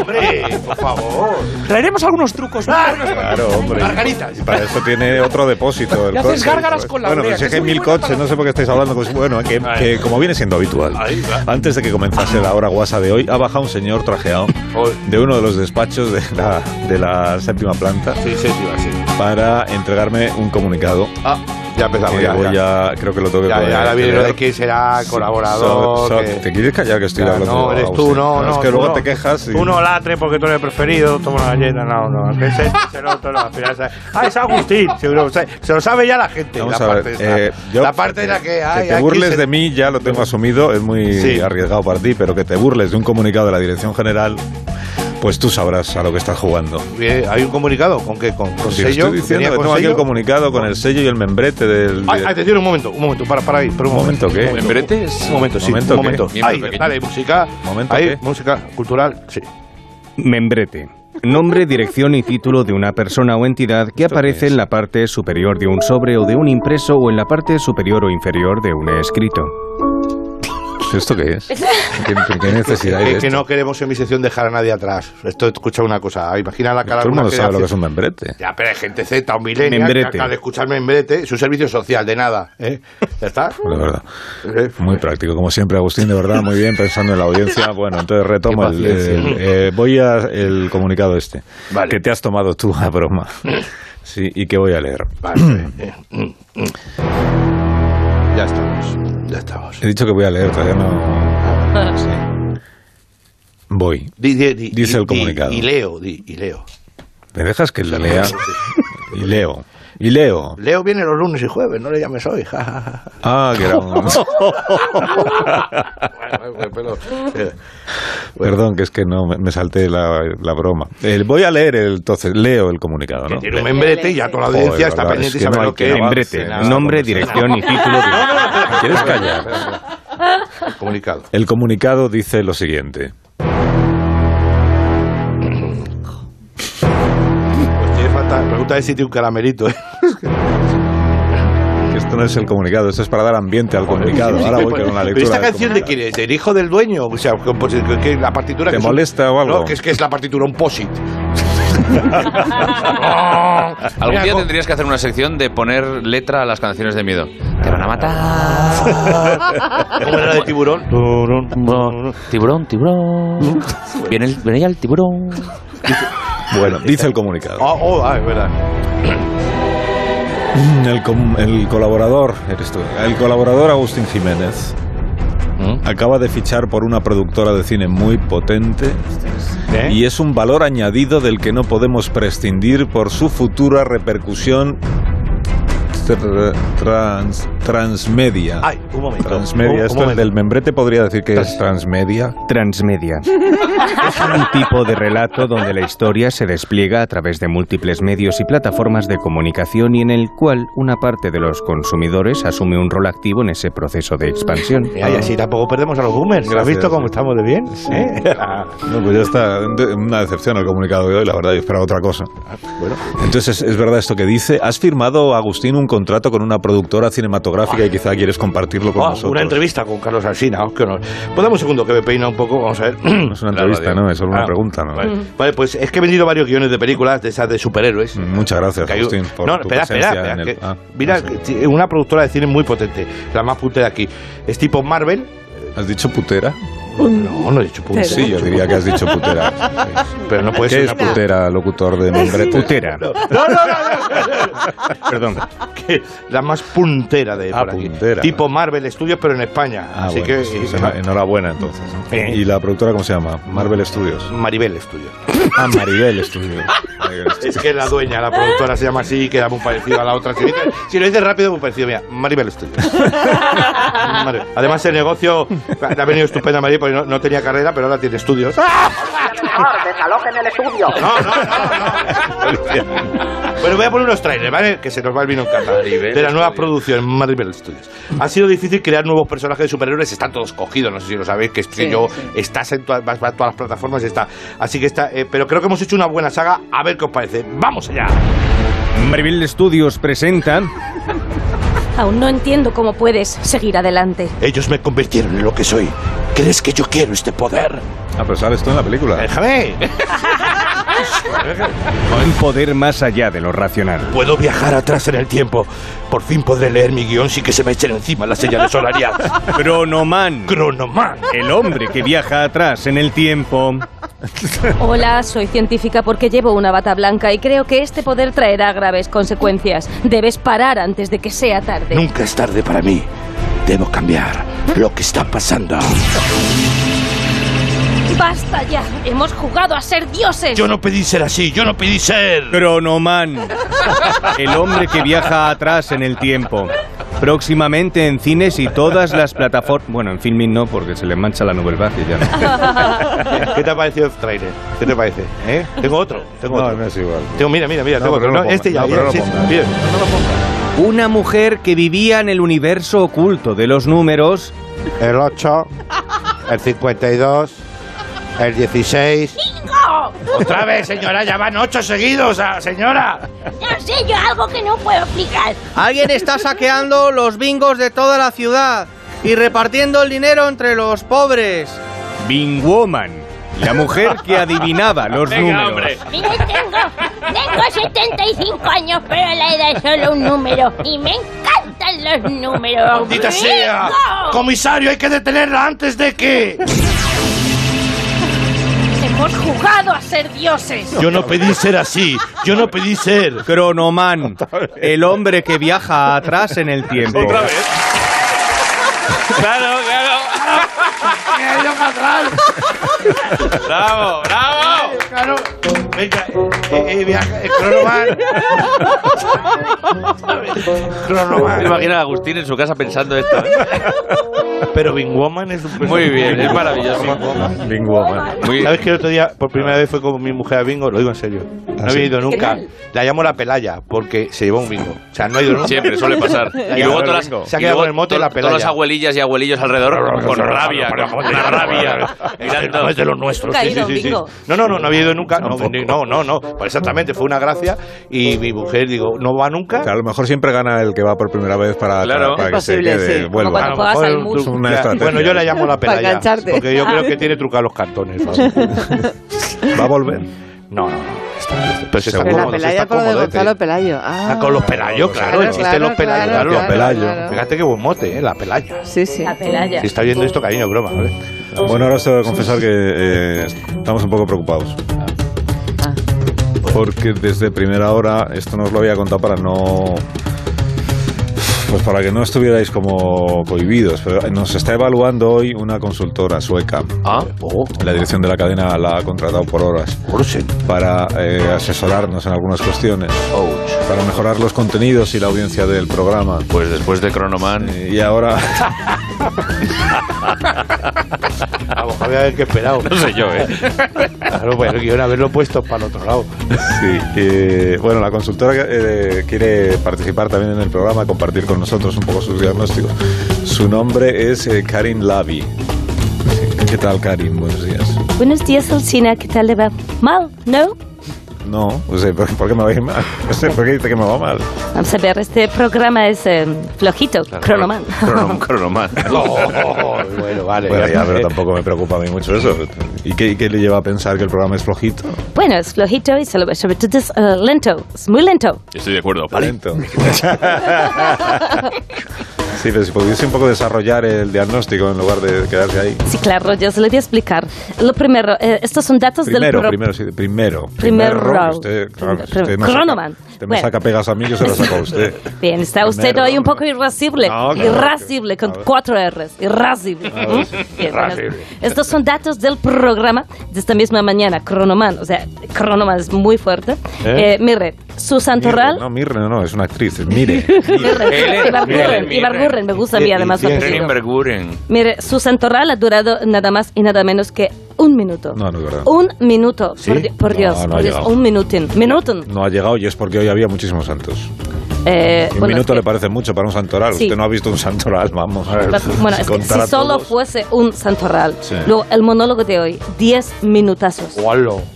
Speaker 4: Hombre, eh, por favor.
Speaker 15: Traeremos algunos trucos. muy buenos.
Speaker 1: Claro, hombre.
Speaker 4: Margaritas.
Speaker 1: Y para eso tiene otro depósito. El
Speaker 15: Le haces
Speaker 1: coche.
Speaker 15: gárgaras con la
Speaker 1: Bueno,
Speaker 15: urea,
Speaker 1: pues es
Speaker 15: que
Speaker 1: que
Speaker 15: es
Speaker 1: hay
Speaker 15: muy
Speaker 1: mil
Speaker 15: buena
Speaker 1: coches, no sé por qué estáis hablando. pues, bueno, que, que como viene siendo habitual, antes de que comenzase la hora guasa de hoy, ha bajado un señor trajeado de uno de los despachos de la, de la séptima planta para entregarme un comunicado.
Speaker 4: Ah, ya empezamos.
Speaker 1: que
Speaker 4: Ya,
Speaker 1: voy
Speaker 4: ya.
Speaker 1: a- creo que lo tengo que
Speaker 4: Ya,
Speaker 1: poner.
Speaker 4: ya, ahora viene lo de quién será
Speaker 1: Sí, so-
Speaker 4: colaborador.
Speaker 1: so-
Speaker 4: que-
Speaker 1: ¿Te quieres callar que estoy
Speaker 4: Ya,
Speaker 1: hablando?
Speaker 4: no, eres tú,
Speaker 1: Agustín?
Speaker 4: no, no.
Speaker 1: Es que
Speaker 4: tú
Speaker 1: luego
Speaker 4: no.
Speaker 1: te quejas y...
Speaker 4: Tú no latre porque tú eres el preferido, toma una galleta, no, no. Ese, ese no, otro no, al final sabe. Ah, es Agustín, seguro. Se, se lo sabe ya la gente.
Speaker 1: Vamos
Speaker 4: la
Speaker 1: a ver,
Speaker 4: parte esa.
Speaker 1: eh, yo-
Speaker 4: la parte de la que hay.
Speaker 1: que te burles de mí ya lo tengo asumido, es muy
Speaker 4: Sí.
Speaker 1: arriesgado para ti, pero que te burles de un comunicado de la Dirección General, pues tú sabrás a lo que estás jugando.
Speaker 4: ¿Hay un comunicado? ¿Con qué? ¿Con, con
Speaker 1: Pues Si
Speaker 4: sello?
Speaker 1: estoy diciendo
Speaker 4: ¿Venía
Speaker 1: que
Speaker 4: con
Speaker 1: tengo aquí
Speaker 4: sello?
Speaker 1: el comunicado con el sello y el membrete del...
Speaker 4: Ay, atención, un momento, un momento, para, para ahí, pero un momento.
Speaker 1: ¿Momento qué?
Speaker 4: Un momento, un momento, sí,
Speaker 1: ¿Momento
Speaker 4: un
Speaker 1: qué?
Speaker 4: momento.
Speaker 1: Miembro
Speaker 4: Ahí,
Speaker 1: pequeño.
Speaker 4: dale, música,
Speaker 1: ¿Momento
Speaker 4: ahí,
Speaker 1: qué?
Speaker 4: música cultural, sí.
Speaker 16: Membrete. Nombre, dirección y título de una persona o entidad que aparece en la parte superior de un sobre o de un impreso o en la parte superior o inferior de un escrito.
Speaker 1: ¿Esto qué es? ¿Qué, qué necesidad hay de
Speaker 4: Es que
Speaker 1: esto?
Speaker 4: no queremos en mi sección dejar a nadie atrás. Esto, escucha una cosa, imagina la cara...
Speaker 1: Todo el
Speaker 4: alguna
Speaker 1: mundo
Speaker 4: que
Speaker 1: sabe lo
Speaker 4: hace-
Speaker 1: que es un membrete.
Speaker 4: Ya, pero hay gente Z, un milenio,
Speaker 1: Membrete.
Speaker 4: acaba de escuchar membrete, su servicio social, de nada, ¿eh? ¿Ya está?
Speaker 1: La verdad.
Speaker 4: Eh.
Speaker 1: Muy práctico, como siempre, Agustín, de verdad, muy bien, pensando en la audiencia. Bueno, entonces retomo el,
Speaker 4: Qué paciencia.
Speaker 1: el- eh, voy a el comunicado este, que te has tomado tú a broma. Sí, y que voy a leer.
Speaker 4: Ya estamos, ya estamos.
Speaker 1: He dicho que voy a leer, todavía no. Voy. Dice el comunicado.
Speaker 4: Y leo, di- y leo.
Speaker 1: ¿Me dejas que la lea? Y leo. Y leo.
Speaker 4: Leo viene los lunes y jueves, no le llames hoy, ja, ja, ja.
Speaker 1: Ah, que era un- Perdón, que es que no me- me salté la, la broma. El- voy a leer el, entonces, leo el comunicado, ¿no?
Speaker 4: Tiene un membrete y ya toda la audiencia
Speaker 1: Joder,
Speaker 4: está
Speaker 1: verdad,
Speaker 4: pendiente
Speaker 1: es que
Speaker 4: de saber
Speaker 1: no hay
Speaker 4: lo que
Speaker 1: quien
Speaker 4: es.
Speaker 1: avance en esta conversación.
Speaker 4: No, no, espera, espera,
Speaker 1: ¿Quieres
Speaker 4: espera,
Speaker 1: callar?
Speaker 4: espera, espera. Comunicado.
Speaker 1: El comunicado dice lo siguiente.
Speaker 4: Pues tiene falta. Pregunta es si tiene un caramelito. ¿eh?
Speaker 1: Que esto no es el comunicado, esto es para dar ambiente al comunicado. Ahora voy con la
Speaker 4: pues, Pero
Speaker 1: lectura.
Speaker 4: esta
Speaker 1: del
Speaker 4: canción de quién es? ¿Del hijo del dueño? O sea, compo- que, que la partitura.
Speaker 1: ¿Te
Speaker 4: que es
Speaker 1: molesta o algo?
Speaker 4: No, que es que es la partitura, un posit.
Speaker 14: Algún día tendrías que hacer una sección de poner letra a las canciones de miedo. Te van a matar.
Speaker 4: ¿Cómo era la de tiburón?
Speaker 14: Tiburón, tiburón. Viene, el- viene ya el tiburón.
Speaker 1: Bueno, dice el comunicado.
Speaker 4: Oh, oh, ah, es verdad.
Speaker 1: Mm, El, com- el colaborador, eres tú. El colaborador Agustín Jiménez
Speaker 4: ¿Mm?
Speaker 1: acaba de fichar por una productora de cine muy potente
Speaker 4: ¿Eh?
Speaker 1: y es un valor añadido del que no podemos prescindir por su futura repercusión tr- trans- transmedia.
Speaker 4: Ay, un momento.
Speaker 1: Transmedia,
Speaker 4: Un- un
Speaker 1: esto es
Speaker 4: momento.
Speaker 1: del membrete podría decir que es transmedia.
Speaker 16: Transmedia. Es un tipo de relato donde la historia se despliega a través de múltiples medios y plataformas de comunicación y en el cual una parte de los consumidores asume un rol activo en ese proceso de expansión.
Speaker 4: Ay, así tampoco perdemos a los boomers. ¿Has
Speaker 1: Gracias.
Speaker 4: visto cómo estamos de bien? ¿Eh?
Speaker 1: No, pues ya está. De- Una decepción el
Speaker 4: Ah,
Speaker 1: comunicado de hoy, la verdad, yo esperaba otra cosa. Entonces, ¿es, es verdad esto que dice? ¿Has firmado, Agustín, un contrato con una productora cinematográfica y quizá quieres compartirlo con
Speaker 4: Ah,
Speaker 1: nosotros.
Speaker 4: una entrevista con Carlos Alsina. oh, qué honor. Pues dame un segundo que me peina un poco, vamos a ver. Ah.
Speaker 1: No es una entrevista, ¿no? Es solo una pregunta, ¿no?
Speaker 4: Vale. Vale, pues es que he vendido varios guiones de películas de esas de superhéroes.
Speaker 1: Mm, Muchas gracias,
Speaker 4: Que hay un-
Speaker 1: Agustín, por
Speaker 4: no,
Speaker 1: tu
Speaker 4: espera, espera,
Speaker 1: presencia
Speaker 4: espera,
Speaker 1: en el-
Speaker 4: que-
Speaker 1: ah,
Speaker 4: mira, que- una productora de cine muy potente, la más puntera de aquí. Es tipo Marvel.
Speaker 1: ¿Has dicho putera?
Speaker 4: No, no he dicho putera.
Speaker 1: Sí, yo diría que has dicho putera.
Speaker 4: Pero no puede
Speaker 1: ¿Qué
Speaker 4: ser
Speaker 1: es
Speaker 4: una putera.
Speaker 1: putera, locutor de nombre?
Speaker 4: Putera. No, no, no.
Speaker 1: Perdón.
Speaker 4: Que la más puntera de por aquí. Tipo Marvel Studios, pero en España.
Speaker 1: Ah,
Speaker 4: Así
Speaker 1: bueno,
Speaker 4: que.
Speaker 1: sí,
Speaker 4: eh,
Speaker 1: pues ena- enhorabuena entonces.
Speaker 4: Eh.
Speaker 1: ¿Y la productora cómo se llama? Marvel Studios.
Speaker 4: Maribel Studios.
Speaker 1: Ah, Maribel Studios.
Speaker 4: Es que la dueña, la productora se llama así y queda muy parecido a la otra. Si lo dices, si lo dices rápido, muy parecido. Mira, Maribel Studios. Maribel. Además, el negocio le ha venido estupenda a Maribel porque no, no tenía carrera, pero ahora tiene estudios.
Speaker 17: en el estudio.
Speaker 4: Bueno, voy a poner unos trailers, ¿vale? Que se nos va el vino en casa. De la nueva producción, Marvel Studios. Ha sido difícil crear nuevos personajes de superhéroes, están todos cogidos, no sé si lo sabéis, que estoy
Speaker 8: Sí,
Speaker 4: yo,
Speaker 8: sí.
Speaker 4: estás en todas, vas- vas a todas las plataformas, y está. Así que está, eh, pero creo que hemos hecho una buena saga, a ver qué os parece. ¡Vamos allá!
Speaker 16: Marvel Studios presenta
Speaker 5: Aún no entiendo cómo puedes seguir adelante.
Speaker 4: Ellos me convirtieron en lo que soy. ¿Crees que yo quiero este poder?
Speaker 1: Ah, pero sales tú en la película.
Speaker 4: ¡Déjame!
Speaker 16: Un poder más allá de lo racional.
Speaker 4: Puedo viajar atrás en el tiempo. Por fin podré leer mi guión sin que se me echen encima las señales horarias.
Speaker 16: Cronoman.
Speaker 4: Cronoman.
Speaker 16: El hombre que viaja atrás en el tiempo.
Speaker 5: Hola, soy científica porque llevo una bata blanca y creo que este poder traerá graves consecuencias. Debes parar antes de que sea tarde.
Speaker 4: Nunca es tarde para mí. Debo cambiar lo que está pasando.
Speaker 5: ¡Basta ya! ¡Hemos jugado a ser dioses!
Speaker 4: Yo no pedí ser así, yo no pedí ser.
Speaker 16: Cronoman. El hombre que viaja atrás en el tiempo. Próximamente en cines y todas las plataformas. Bueno, en filming no, porque se le mancha la novel base ya no.
Speaker 4: ¿Qué te ha parecido el trailer? ¿Qué te parece? ¿Eh? Tengo otro. Tengo
Speaker 1: No,
Speaker 4: otro.
Speaker 1: no es igual.
Speaker 4: Tengo, mira, mira, mira.
Speaker 1: No,
Speaker 4: tengo
Speaker 1: pero
Speaker 4: otro.
Speaker 1: no
Speaker 4: No,
Speaker 1: lo
Speaker 4: este ya.
Speaker 1: pongas. No,
Speaker 4: ya,
Speaker 1: pero no
Speaker 4: sí,
Speaker 1: lo
Speaker 4: sí,
Speaker 1: pongas.
Speaker 4: bien.
Speaker 16: Una mujer que vivía en el universo oculto de los números.
Speaker 4: El 8, el 52, el 16. Otra vez, señora, ya van ocho seguidos, ah, señora.
Speaker 18: No sé yo algo que no puedo explicar.
Speaker 19: Alguien está saqueando los bingos de toda la ciudad y repartiendo el dinero entre los pobres.
Speaker 16: Bingwoman. La mujer que adivinaba los números.
Speaker 18: Mire, tengo, tengo 75 años, pero la edad es solo un número. Y me encantan los números.
Speaker 4: ¡Maldita sea!
Speaker 18: ¡Bingo!
Speaker 4: ¡Comisario, hay que detenerla antes de que!
Speaker 5: ¡Hemos jugado a ser dioses!
Speaker 4: Yo no pedí ser así. Yo no pedí ser.
Speaker 16: Cronoman. El hombre que viaja atrás en el tiempo.
Speaker 15: Claro, claro.
Speaker 4: ¡Bravo, bravo! Claro. Venga, eh, eh, viaja, eh, Cronoman.
Speaker 14: Me imagino a Agustín en su casa pensando esto. ¿eh?
Speaker 4: Pero Bingwoman es un
Speaker 14: Muy bien, es maravilloso. Ah.
Speaker 1: Bingwoman.
Speaker 4: ¿Sabes que el otro día, por primera vez, fue con mi mujer a bingo? Lo digo en serio. No
Speaker 1: sí?
Speaker 4: había ido nunca.
Speaker 1: Genial.
Speaker 4: La llamo la pelaya porque se llevó un bingo. O sea, no ha ido nunca.
Speaker 14: Siempre suele pasar.
Speaker 4: La
Speaker 14: Y
Speaker 4: llamo
Speaker 14: luego
Speaker 4: al
Speaker 14: todas
Speaker 4: bingo.
Speaker 14: las,
Speaker 4: Se ha
Speaker 14: y
Speaker 4: quedado
Speaker 14: luego
Speaker 4: con el mote
Speaker 14: to-
Speaker 4: la
Speaker 14: todas las
Speaker 4: pelaya.
Speaker 14: abuelillas y abuelillos alrededor con rabia, con una rabia.
Speaker 4: No es de los nuestros.
Speaker 14: Nunca
Speaker 4: Sí,
Speaker 14: ha ido,
Speaker 4: sí, sí, sí.
Speaker 14: bingo.
Speaker 4: No, no, no, no había ido nunca. No, no, no, no. Pues Exactamente, fue una gracia. Y mi mujer, digo, no va nunca.
Speaker 1: Que a lo mejor siempre gana el que va por primera vez para,
Speaker 4: Claro.
Speaker 1: para que
Speaker 4: Es
Speaker 1: se
Speaker 4: posible,
Speaker 1: quede,
Speaker 4: sí. Como
Speaker 1: vuelva.
Speaker 4: cuando juegas al mus.
Speaker 1: es una
Speaker 4: Ya,
Speaker 1: estrategia.
Speaker 4: bueno, yo la llamo la
Speaker 2: Para
Speaker 4: pelaya.
Speaker 2: engancharte.
Speaker 4: Porque yo
Speaker 2: Ah.
Speaker 4: creo que tiene trucados los cartones.
Speaker 1: ¿Va a volver?
Speaker 4: No, no, no. Está- Pero se está
Speaker 2: Pero la
Speaker 4: cómodo, se
Speaker 2: Pelaya
Speaker 4: está
Speaker 2: por lo de
Speaker 4: cómodo, ¿eh?
Speaker 2: Gonzalo Pelayo. Ah.
Speaker 4: Ah, con los pelayos,
Speaker 2: Claro,
Speaker 4: claro, el chiste de los
Speaker 2: claro,
Speaker 4: pelayos.
Speaker 2: claro,
Speaker 4: Los
Speaker 2: claro,
Speaker 4: pelayos.
Speaker 2: claro.
Speaker 4: Fíjate qué buen mote, ¿eh? la pelaya.
Speaker 2: Sí, sí. La Pelaya.
Speaker 4: Si está viendo esto, cariño, es broma, ¿vale?
Speaker 1: Bueno, ahora os tengo que confesar que eh, estamos un poco preocupados. Porque desde primera hora, esto no os lo había contado para no. Pues para que no estuvierais como cohibidos, pero nos está evaluando hoy una consultora sueca.
Speaker 14: Ah, oh.
Speaker 1: La dirección de la cadena la ha contratado por horas. Para eh, asesorarnos en algunas cuestiones. Para mejorar los contenidos y la audiencia del programa.
Speaker 14: Pues después de Cronoman.
Speaker 1: y ahora.
Speaker 4: Vamos, a ver qué esperado.
Speaker 14: No sé yo, ¿eh?
Speaker 4: Claro, bueno, quiero haberlo puesto para el otro lado.
Speaker 1: Sí, eh, bueno, la consultora eh, quiere participar también en el programa, compartir con nosotros un poco sus diagnósticos. Su nombre es eh, Karin Lavi. Sí, ¿Qué tal, Karin? Buenos días.
Speaker 5: Buenos días, Alcina. ¿Qué tal le va? Mal, ¿no?
Speaker 1: No, o sea, ¿por, por qué me va a ir mal? No sé, ¿por qué dice que me va mal?
Speaker 5: Vamos a ver, este programa es eh, flojito, cronoman.
Speaker 1: Cronoman.
Speaker 4: Oh,
Speaker 1: bueno, vale. ya, pero tampoco me preocupa a mí mucho eso. ¿Y qué, y qué le lleva a pensar que el programa es flojito?
Speaker 5: bueno, es flojito y sobre, sobre todo es eh, lento, es muy lento.
Speaker 1: Estoy de acuerdo, Lento. sí, pero si pudiese un poco desarrollar el diagnóstico en lugar de quedarse ahí.
Speaker 5: Sí, claro, yo se lo voy a explicar. Lo primero, eh, estos son datos
Speaker 1: Primero,
Speaker 5: del pro-
Speaker 1: primero, sí, primero.
Speaker 5: Primero.
Speaker 1: Primero, Usted, claro, si usted me saca-
Speaker 5: Cronoman.
Speaker 1: usted me
Speaker 5: Bueno.
Speaker 1: saca pegas a mí, yo se las saco a usted.
Speaker 5: Bien, está usted
Speaker 1: Pues, Primero,
Speaker 5: hoy un poco irascible.
Speaker 1: No, claro.
Speaker 5: irascible, con cuatro R's. Irascible.
Speaker 1: A ver.
Speaker 5: Bien, bueno,
Speaker 1: Irascible.
Speaker 5: estos son datos del programa de esta misma mañana, Cronoman. O sea, Cronoman es muy fuerte.
Speaker 1: ¿Eh?
Speaker 5: Eh, mire, su Santoral.
Speaker 1: Mirre, no, Mirre, no, no, es una actriz, es Mire.
Speaker 5: Mire, Ibarburren, Ibarburren, me gusta a mí además su apellido. Mire, su santoral ha durado nada más y nada menos que un minuto.
Speaker 1: No, no es verdad.
Speaker 5: Un minuto,
Speaker 1: ¿Sí?
Speaker 5: por, di- por
Speaker 1: No,
Speaker 5: Dios,
Speaker 1: no ha
Speaker 5: por Dios,
Speaker 1: llegado.
Speaker 5: un minutín. Minutín.
Speaker 1: No ha llegado y es porque hoy había muchísimos santos.
Speaker 5: Eh,
Speaker 1: Y un
Speaker 5: bueno,
Speaker 1: minuto le parece mucho para un santoral.
Speaker 5: Sí.
Speaker 1: Usted no ha visto un santoral, vamos. A ver,
Speaker 5: bueno, es que
Speaker 1: contar
Speaker 5: si
Speaker 1: a
Speaker 5: solo
Speaker 1: todos.
Speaker 5: fuese un santoral.
Speaker 1: Sí.
Speaker 5: Luego, el monólogo de hoy, 10 minutazos.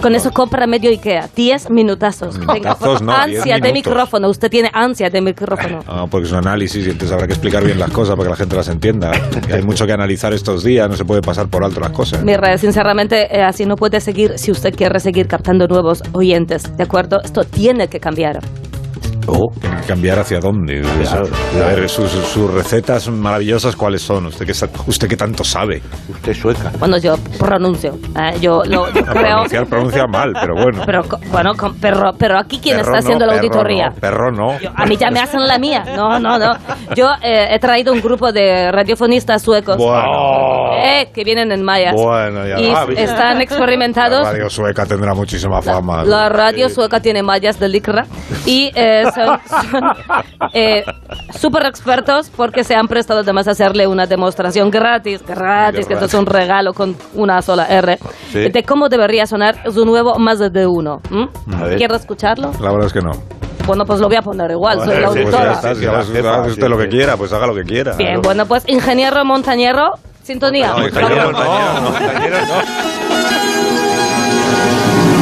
Speaker 5: Con eso compra medio Ikea, 10 minutazos. Venga,
Speaker 1: Mm. Minutazos no,
Speaker 5: ansia
Speaker 1: 10
Speaker 5: de
Speaker 1: minutos.
Speaker 5: micrófono, usted tiene ansia de micrófono.
Speaker 1: Ah, porque es un análisis y entonces habrá que explicar bien las cosas para que la gente las entienda. Y hay mucho que analizar estos días, no se puede pasar por alto las cosas.
Speaker 5: Mira, sinceramente, eh, así no puede seguir si usted quiere seguir captando nuevos oyentes, ¿de acuerdo? Esto tiene que cambiar.
Speaker 1: Tiene que Cambiar hacia dónde. Eso. A ver, sus, sus recetas maravillosas, ¿cuáles son? ¿Usted que, sa- usted que tanto sabe? Usted sueca.
Speaker 5: Bueno, yo pronuncio, ¿eh? yo lo yo creo...
Speaker 1: Ah, Pronunciar pronuncia mal, pero bueno.
Speaker 5: Pero, co- bueno, con- pero, pero aquí quien
Speaker 1: Perro
Speaker 5: está haciendo
Speaker 1: no,
Speaker 5: la
Speaker 1: perro
Speaker 5: auditoría.
Speaker 1: no, Perro no.
Speaker 5: A mí ya me hacen la mía. No, no, no. Yo eh, he traído un grupo de radiofonistas suecos
Speaker 1: Bueno.
Speaker 5: eh, que vienen en mayas.
Speaker 1: Bueno, ya
Speaker 5: y
Speaker 1: va, bien.
Speaker 5: están experimentados.
Speaker 1: La radio sueca tendrá muchísima fama.
Speaker 5: La radio sueca tiene mallas de licra y eh, son, eh, súper expertos porque se han prestado además a hacerle una demostración gratis, gratis, que esto es un regalo con una sola R,
Speaker 1: Sí.
Speaker 5: de cómo debería sonar su nuevo más de uno. ¿m?
Speaker 1: A ver.
Speaker 5: ¿Quiero escucharlo?
Speaker 1: La verdad es que no.
Speaker 5: Bueno, pues lo voy a poner igual, soy
Speaker 1: Pues
Speaker 5: la
Speaker 1: ya
Speaker 5: auditora.
Speaker 1: está, si ahora usted hace usted lo que quiera, pues haga lo que quiera.
Speaker 5: Bien, bueno, pues ingeniero montañero, sintonía.
Speaker 1: No, ingeniero,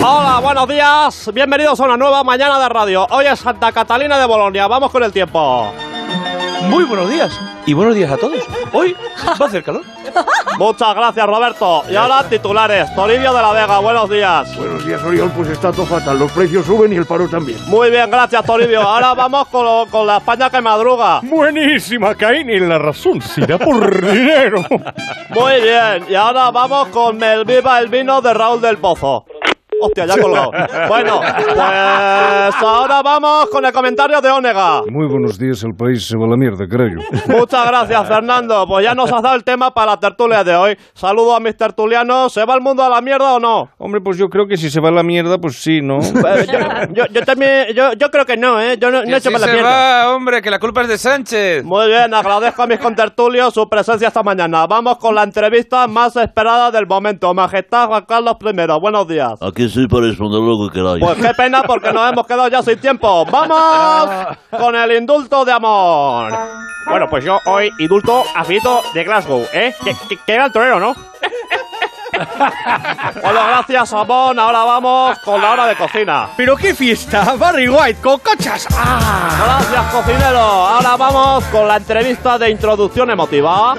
Speaker 20: Hola, buenos días. Bienvenidos a una nueva mañana de radio. Hoy es Santa Catalina de Bolonia. Vamos con el tiempo. Muy buenos días.
Speaker 15: Y buenos días a todos.
Speaker 20: Hoy va a hacer calor. Muchas gracias, Roberto. Y ahora titulares. Toribio de la Vega, buenos días.
Speaker 21: Buenos días, Oriol. Pues está todo fatal. Los precios suben y el paro también.
Speaker 20: Muy bien, gracias, Toribio. Ahora vamos con, lo- con la España que madruga.
Speaker 21: Buenísima, Caín. Y la razón se da por dinero.
Speaker 20: Muy bien. Y ahora vamos con el Viva el Vino de Raúl del Pozo. Hostia, ya colgó. Bueno, pues ahora vamos con el comentario de Ónega.
Speaker 13: Muy buenos días, el país se va a la mierda, creo.
Speaker 20: Muchas gracias, Fernando. Pues ya nos has dado el tema para la tertulia de hoy. Saludo a mis tertulianos. ¿Se va el mundo a la mierda o no?
Speaker 13: Hombre, pues yo creo que si se va a la mierda, pues sí, ¿no?
Speaker 20: Yo, yo también, yo, yo creo que no, ¿eh? Yo no, no
Speaker 13: Que
Speaker 20: he hecho
Speaker 13: sí
Speaker 20: para la
Speaker 13: se
Speaker 20: mierda.
Speaker 13: va,
Speaker 20: hombre, que la culpa es de Sánchez. Muy bien, agradezco a mis contertulios su presencia esta mañana. Vamos con la entrevista más esperada del momento. Majestad Juan Carlos I, buenos días.
Speaker 22: Aquí estoy para responder lo que queráis.
Speaker 20: Pues qué pena porque nos hemos quedado ya sin tiempo. ¡Vamos con el indulto de amor! Bueno, pues yo hoy indulto a Fito de Glasgow, ¿eh? Que, que, que era el torero, ¿no? Bueno, gracias, Amón. Ahora vamos con la hora de cocina.
Speaker 15: Pero qué fiesta, Barry White con cochas. Ah.
Speaker 20: Gracias, cocinero. Ahora vamos con la entrevista de introducción emotiva.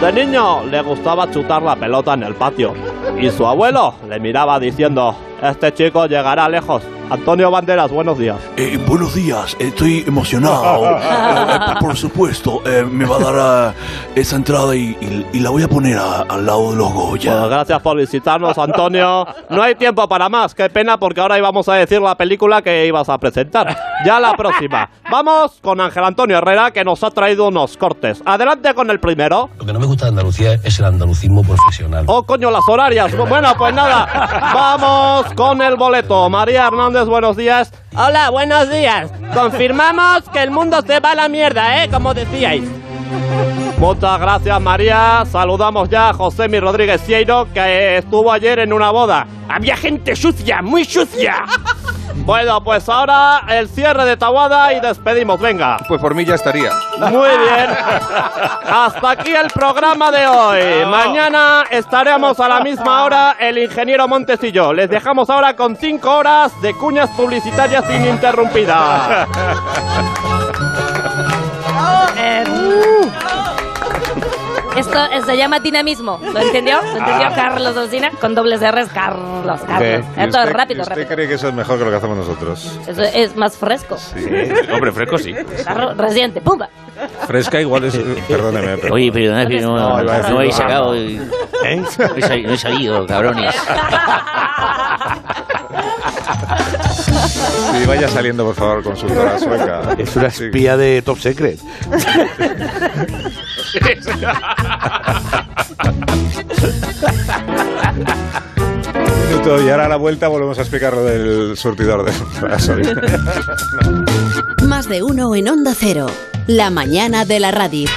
Speaker 20: De niño le gustaba chutar la pelota en el patio. Y su abuelo le miraba diciendo, este chico llegará lejos. Antonio Banderas, buenos días.
Speaker 23: Eh, buenos días, estoy emocionado. Eh, eh, por supuesto, eh, me va a dar ah, esa entrada y, y- y la voy a poner a- al lado de los
Speaker 20: Bueno,
Speaker 23: Goya.
Speaker 20: Pues gracias por visitarnos, Antonio. No hay tiempo para más. Qué pena, porque ahora íbamos a decir la película que ibas a presentar. Ya la próxima. Vamos con Ángel Antonio Herrera, que nos ha traído unos cortes. Adelante con el primero.
Speaker 24: Lo que no me gusta de Andalucía es el andalucismo profesional.
Speaker 20: Oh, coño, las horarias. Bueno, pues nada. Vamos con el boleto. María Hernández, buenos días. Hola, buenos días. Confirmamos que el mundo se va a la mierda, ¿eh? Como decíais. Muchas gracias, María. Saludamos ya a José Mi Rodríguez Sieiro, que eh, estuvo ayer en una boda. Había gente sucia, muy sucia. Bueno, pues ahora el cierre de Tawada y despedimos. Venga.
Speaker 25: Pues por mí ya estaría.
Speaker 20: Muy bien. Hasta aquí el programa de hoy. Mañana estaremos a la misma hora el ingeniero Montes y yo. Les dejamos ahora con cinco horas de cuñas publicitarias ininterrumpidas.
Speaker 5: Eh, esto eh, se llama dinamismo. ¿Lo entendió? ¿Lo entendió
Speaker 1: Ah.
Speaker 5: Carlos Dolcina? Con dobles R's, Carlos, Carlos. Esto
Speaker 1: ¿Y
Speaker 5: es
Speaker 1: usted-
Speaker 5: rápido,
Speaker 1: ¿Usted
Speaker 5: rápido.
Speaker 1: cree que eso es mejor que lo que hacemos nosotros?
Speaker 5: Eso es más fresco.
Speaker 3: Hombre, fresco sí.
Speaker 5: Claro, reciente, pumba.
Speaker 1: Fresca igual es... eh, Perdóneme, pero...
Speaker 14: Eh, Oye, perdonad, pero no,
Speaker 1: No, iba a decir
Speaker 14: no he
Speaker 1: Obama.
Speaker 14: sacado. eh, No, he sabido, no he sabido, cabrones.
Speaker 1: Sí, vaya saliendo, por favor, consultora sueca.
Speaker 4: Es una espía de Top Secret.
Speaker 1: Minuto, Y ahora a la vuelta volvemos a explicar lo del surtidor de gasolina.
Speaker 10: Más de uno en Onda Cero. La mañana de la radio.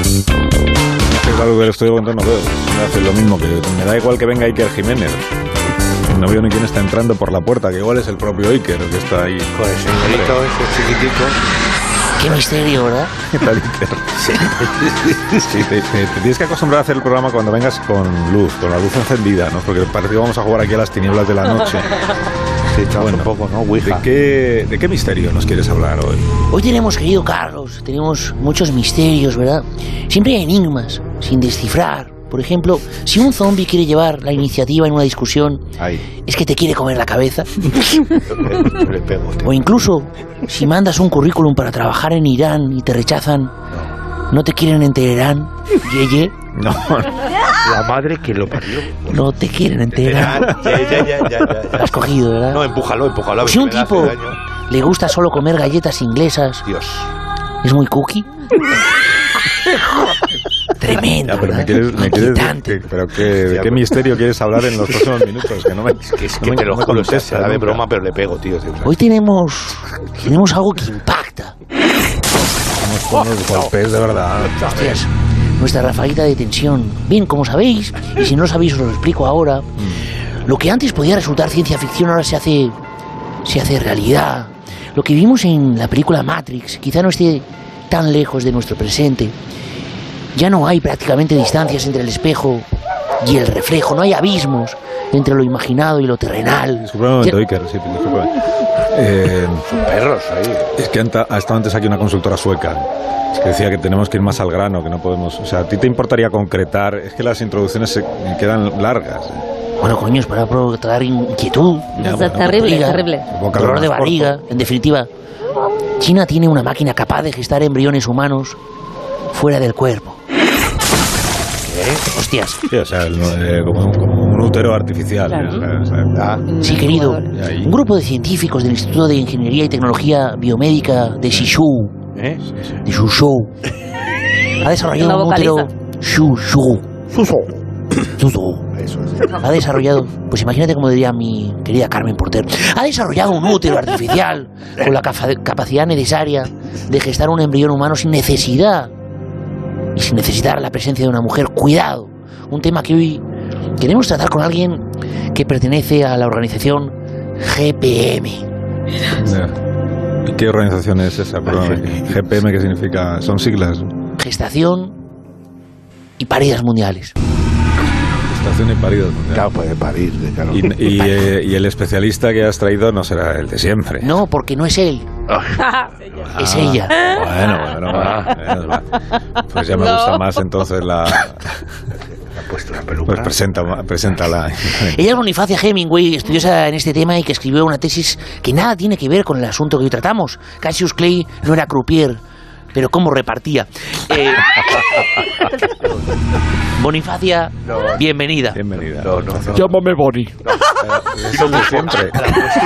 Speaker 1: Es la luz del estudio cuando no veo. Me hace lo mismo que me da igual que venga Iker Jiménez. No veo ni quién está entrando por la puerta, que igual es el propio Iker el que está ahí. Joder,
Speaker 4: señorito, ese chiquitico.
Speaker 14: Qué misterio, ¿verdad?
Speaker 1: ¿Qué tal, Iker? Sí, te, te- te tienes que acostumbrar a hacer el programa cuando vengas con luz, con la luz encendida, ¿no? Porque parece que vamos a jugar aquí a las tinieblas de la noche. Sí, bueno, un poco, ¿no? ¿de qué, ¿De qué misterio nos quieres hablar hoy?
Speaker 14: Hoy tenemos, querido Carlos, Pues, tenemos muchos misterios, ¿verdad? Siempre hay enigmas sin descifrar. Por ejemplo, si un zombie quiere llevar la iniciativa en una discusión, es que te quiere comer la cabeza. o incluso, si mandas un currículum para trabajar en Irán y te rechazan, no te quieren en Teherán, yeye.
Speaker 1: No.
Speaker 4: La madre que lo parió.
Speaker 14: No te quieren en Teherán.
Speaker 4: Ya, ya, ya, ya, ya.
Speaker 14: Lo has cogido, ¿verdad?
Speaker 4: No, empújalo, empújalo. a ver
Speaker 14: Si
Speaker 4: si
Speaker 14: Pues un
Speaker 4: me hace
Speaker 14: tipo
Speaker 4: daño.
Speaker 14: le gusta solo comer galletas inglesas,
Speaker 4: Dios.
Speaker 14: es muy cookie. Tremendo.
Speaker 1: Ya, pero me quieres, me quieres que- pero que, ¿de qué misterio quieres hablar en los próximos minutos? Que no me, es que,
Speaker 4: Es que te lo juro, se será de broma, pero le pego, tío. tío.
Speaker 14: Hoy tenemos, tenemos algo que impacta.
Speaker 1: unos golpes de verdad.
Speaker 14: Hostias, nuestra rafaguita de tensión. Bien, como sabéis, y si no lo sabéis os lo explico ahora, lo que antes podía resultar ciencia ficción ahora se hace, se hace realidad. Lo que vimos en la película Matrix quizá no esté tan lejos de nuestro presente. Ya no hay prácticamente distancias entre el espejo y el reflejo, no hay abismos entre lo imaginado y lo terrenal.
Speaker 1: Disculpame un momento, Iker, sí, discúlpame. Eh, perros ahí. Es que anta- ha estado antes aquí una consultora sueca que decía que tenemos que ir más al grano, que no podemos. O sea, ¿a ti te importaría concretar? Es que las introducciones se quedan largas.
Speaker 14: Bueno, coño, es para provocar inquietud.
Speaker 1: Ya, bueno, terrible,
Speaker 14: barriga,
Speaker 1: terrible. Boca
Speaker 14: Ah, pues, Dolor
Speaker 1: de
Speaker 14: de
Speaker 1: más
Speaker 14: barriga, en definitiva. China tiene una máquina capaz de gestar embriones humanos fuera del cuerpo. Hostias.
Speaker 1: Sí, o sea, el- eh, como, como un útero artificial.
Speaker 14: Claro.
Speaker 1: o sea, o sea,
Speaker 14: Sí, querido. Un grupo de científicos del Instituto de Ingeniería y Tecnología Biomédica de Shizhou, de Suzhou, ha
Speaker 5: No
Speaker 14: desarrollado un
Speaker 5: vocaliza.
Speaker 14: útero Shuzhou. Shuzhou. Ha desarrollado, pues imagínate como diría mi querida Carmen Porter, ha desarrollado un útero artificial con la cafa- capacidad necesaria de gestar un embrión humano sin necesidad y sin necesitar la presencia de una mujer. Cuidado, un tema que hoy queremos tratar con alguien que pertenece a la organización GPM.
Speaker 1: ya. ¿Qué organización es esa? Perdón, GPM, ¿qué significa? Son siglas.
Speaker 14: Gestación y paridas mundiales.
Speaker 1: Estación y paridos. Claro,
Speaker 4: pues
Speaker 1: puede parir. Y, y, eh, y el especialista que has traído no será el de siempre. Ah.
Speaker 14: No, porque no es él,
Speaker 4: Ah.
Speaker 14: es ella.
Speaker 1: Bueno, bueno, bueno, bueno. Pues ya me
Speaker 14: No.
Speaker 1: gusta más entonces la. Pues presenta, preséntala.
Speaker 14: Ella es Bonifacia Hemingway, estudiosa en este tema y que escribió una tesis que nada tiene que ver con el asunto que hoy tratamos. Cassius Clay no era croupier, pero cómo repartía. Eh, Bonifacia, bienvenida.
Speaker 1: Bienvenida.
Speaker 3: Llámame Bonnie.
Speaker 4: Eso de siempre.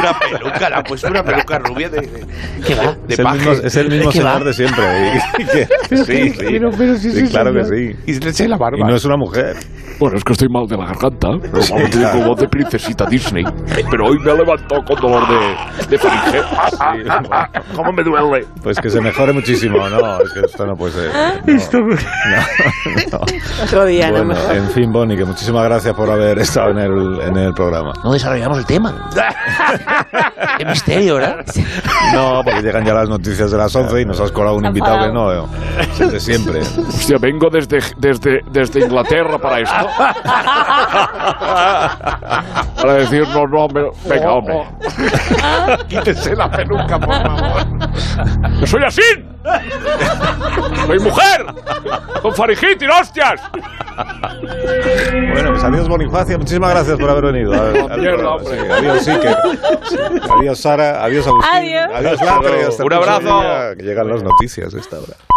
Speaker 4: La postura peluca, la postura peluca rubia de, de,
Speaker 14: va?
Speaker 4: de
Speaker 1: es, el mismo,
Speaker 4: paje.
Speaker 1: es el mismo
Speaker 4: ¿Qué va?
Speaker 1: señor de siempre. Y- y que- sí, sí.
Speaker 4: Pero- pero sí, sí,
Speaker 1: claro que
Speaker 4: señor.
Speaker 1: sí.
Speaker 4: Y se le echa la barba.
Speaker 1: Y no es una mujer.
Speaker 3: Bueno, es que estoy mal de la garganta.
Speaker 1: Sí,
Speaker 3: Normalmente tengo
Speaker 1: claro.
Speaker 3: voz de princesita Disney. Pero hoy me ha levantado con dolor de, de faringe. Ah, ah, ah, ah, ¿Cómo me duele?
Speaker 1: Pues que se mejore muchísimo, no, es que esto no puede
Speaker 4: Ah.
Speaker 1: ser.
Speaker 2: Esto-
Speaker 1: No, no.
Speaker 2: Otro día, no
Speaker 1: Bueno,
Speaker 4: eh,
Speaker 1: en fin, Bonnie, que muchísimas gracias por haber estado en el, en el programa.
Speaker 14: No desarrollamos el tema. Qué misterio, ¿verdad?
Speaker 1: No, porque llegan ya las noticias de las 11 y nos has colado un invitado que no veo. Desde siempre.
Speaker 3: Hostia, vengo desde, desde, desde Inglaterra para esto. Para decir, no, no, me- venga, hombre. Quítese la peluca, por favor. ¡Yo soy así! ¡Soy mujer! ¡Con faringitis, hostias!
Speaker 1: Bueno, pues adiós Bonifacio, muchísimas gracias por haber venido. A- al
Speaker 3: Mierda,
Speaker 1: programa.
Speaker 3: hombre.
Speaker 1: Sí, adiós Iker, adiós Sara, adiós Agustín,
Speaker 2: Adiós.
Speaker 1: adiós Latre, hasta
Speaker 3: Un
Speaker 1: el próximo
Speaker 3: abrazo.
Speaker 1: día, que llegan las noticias a esta hora.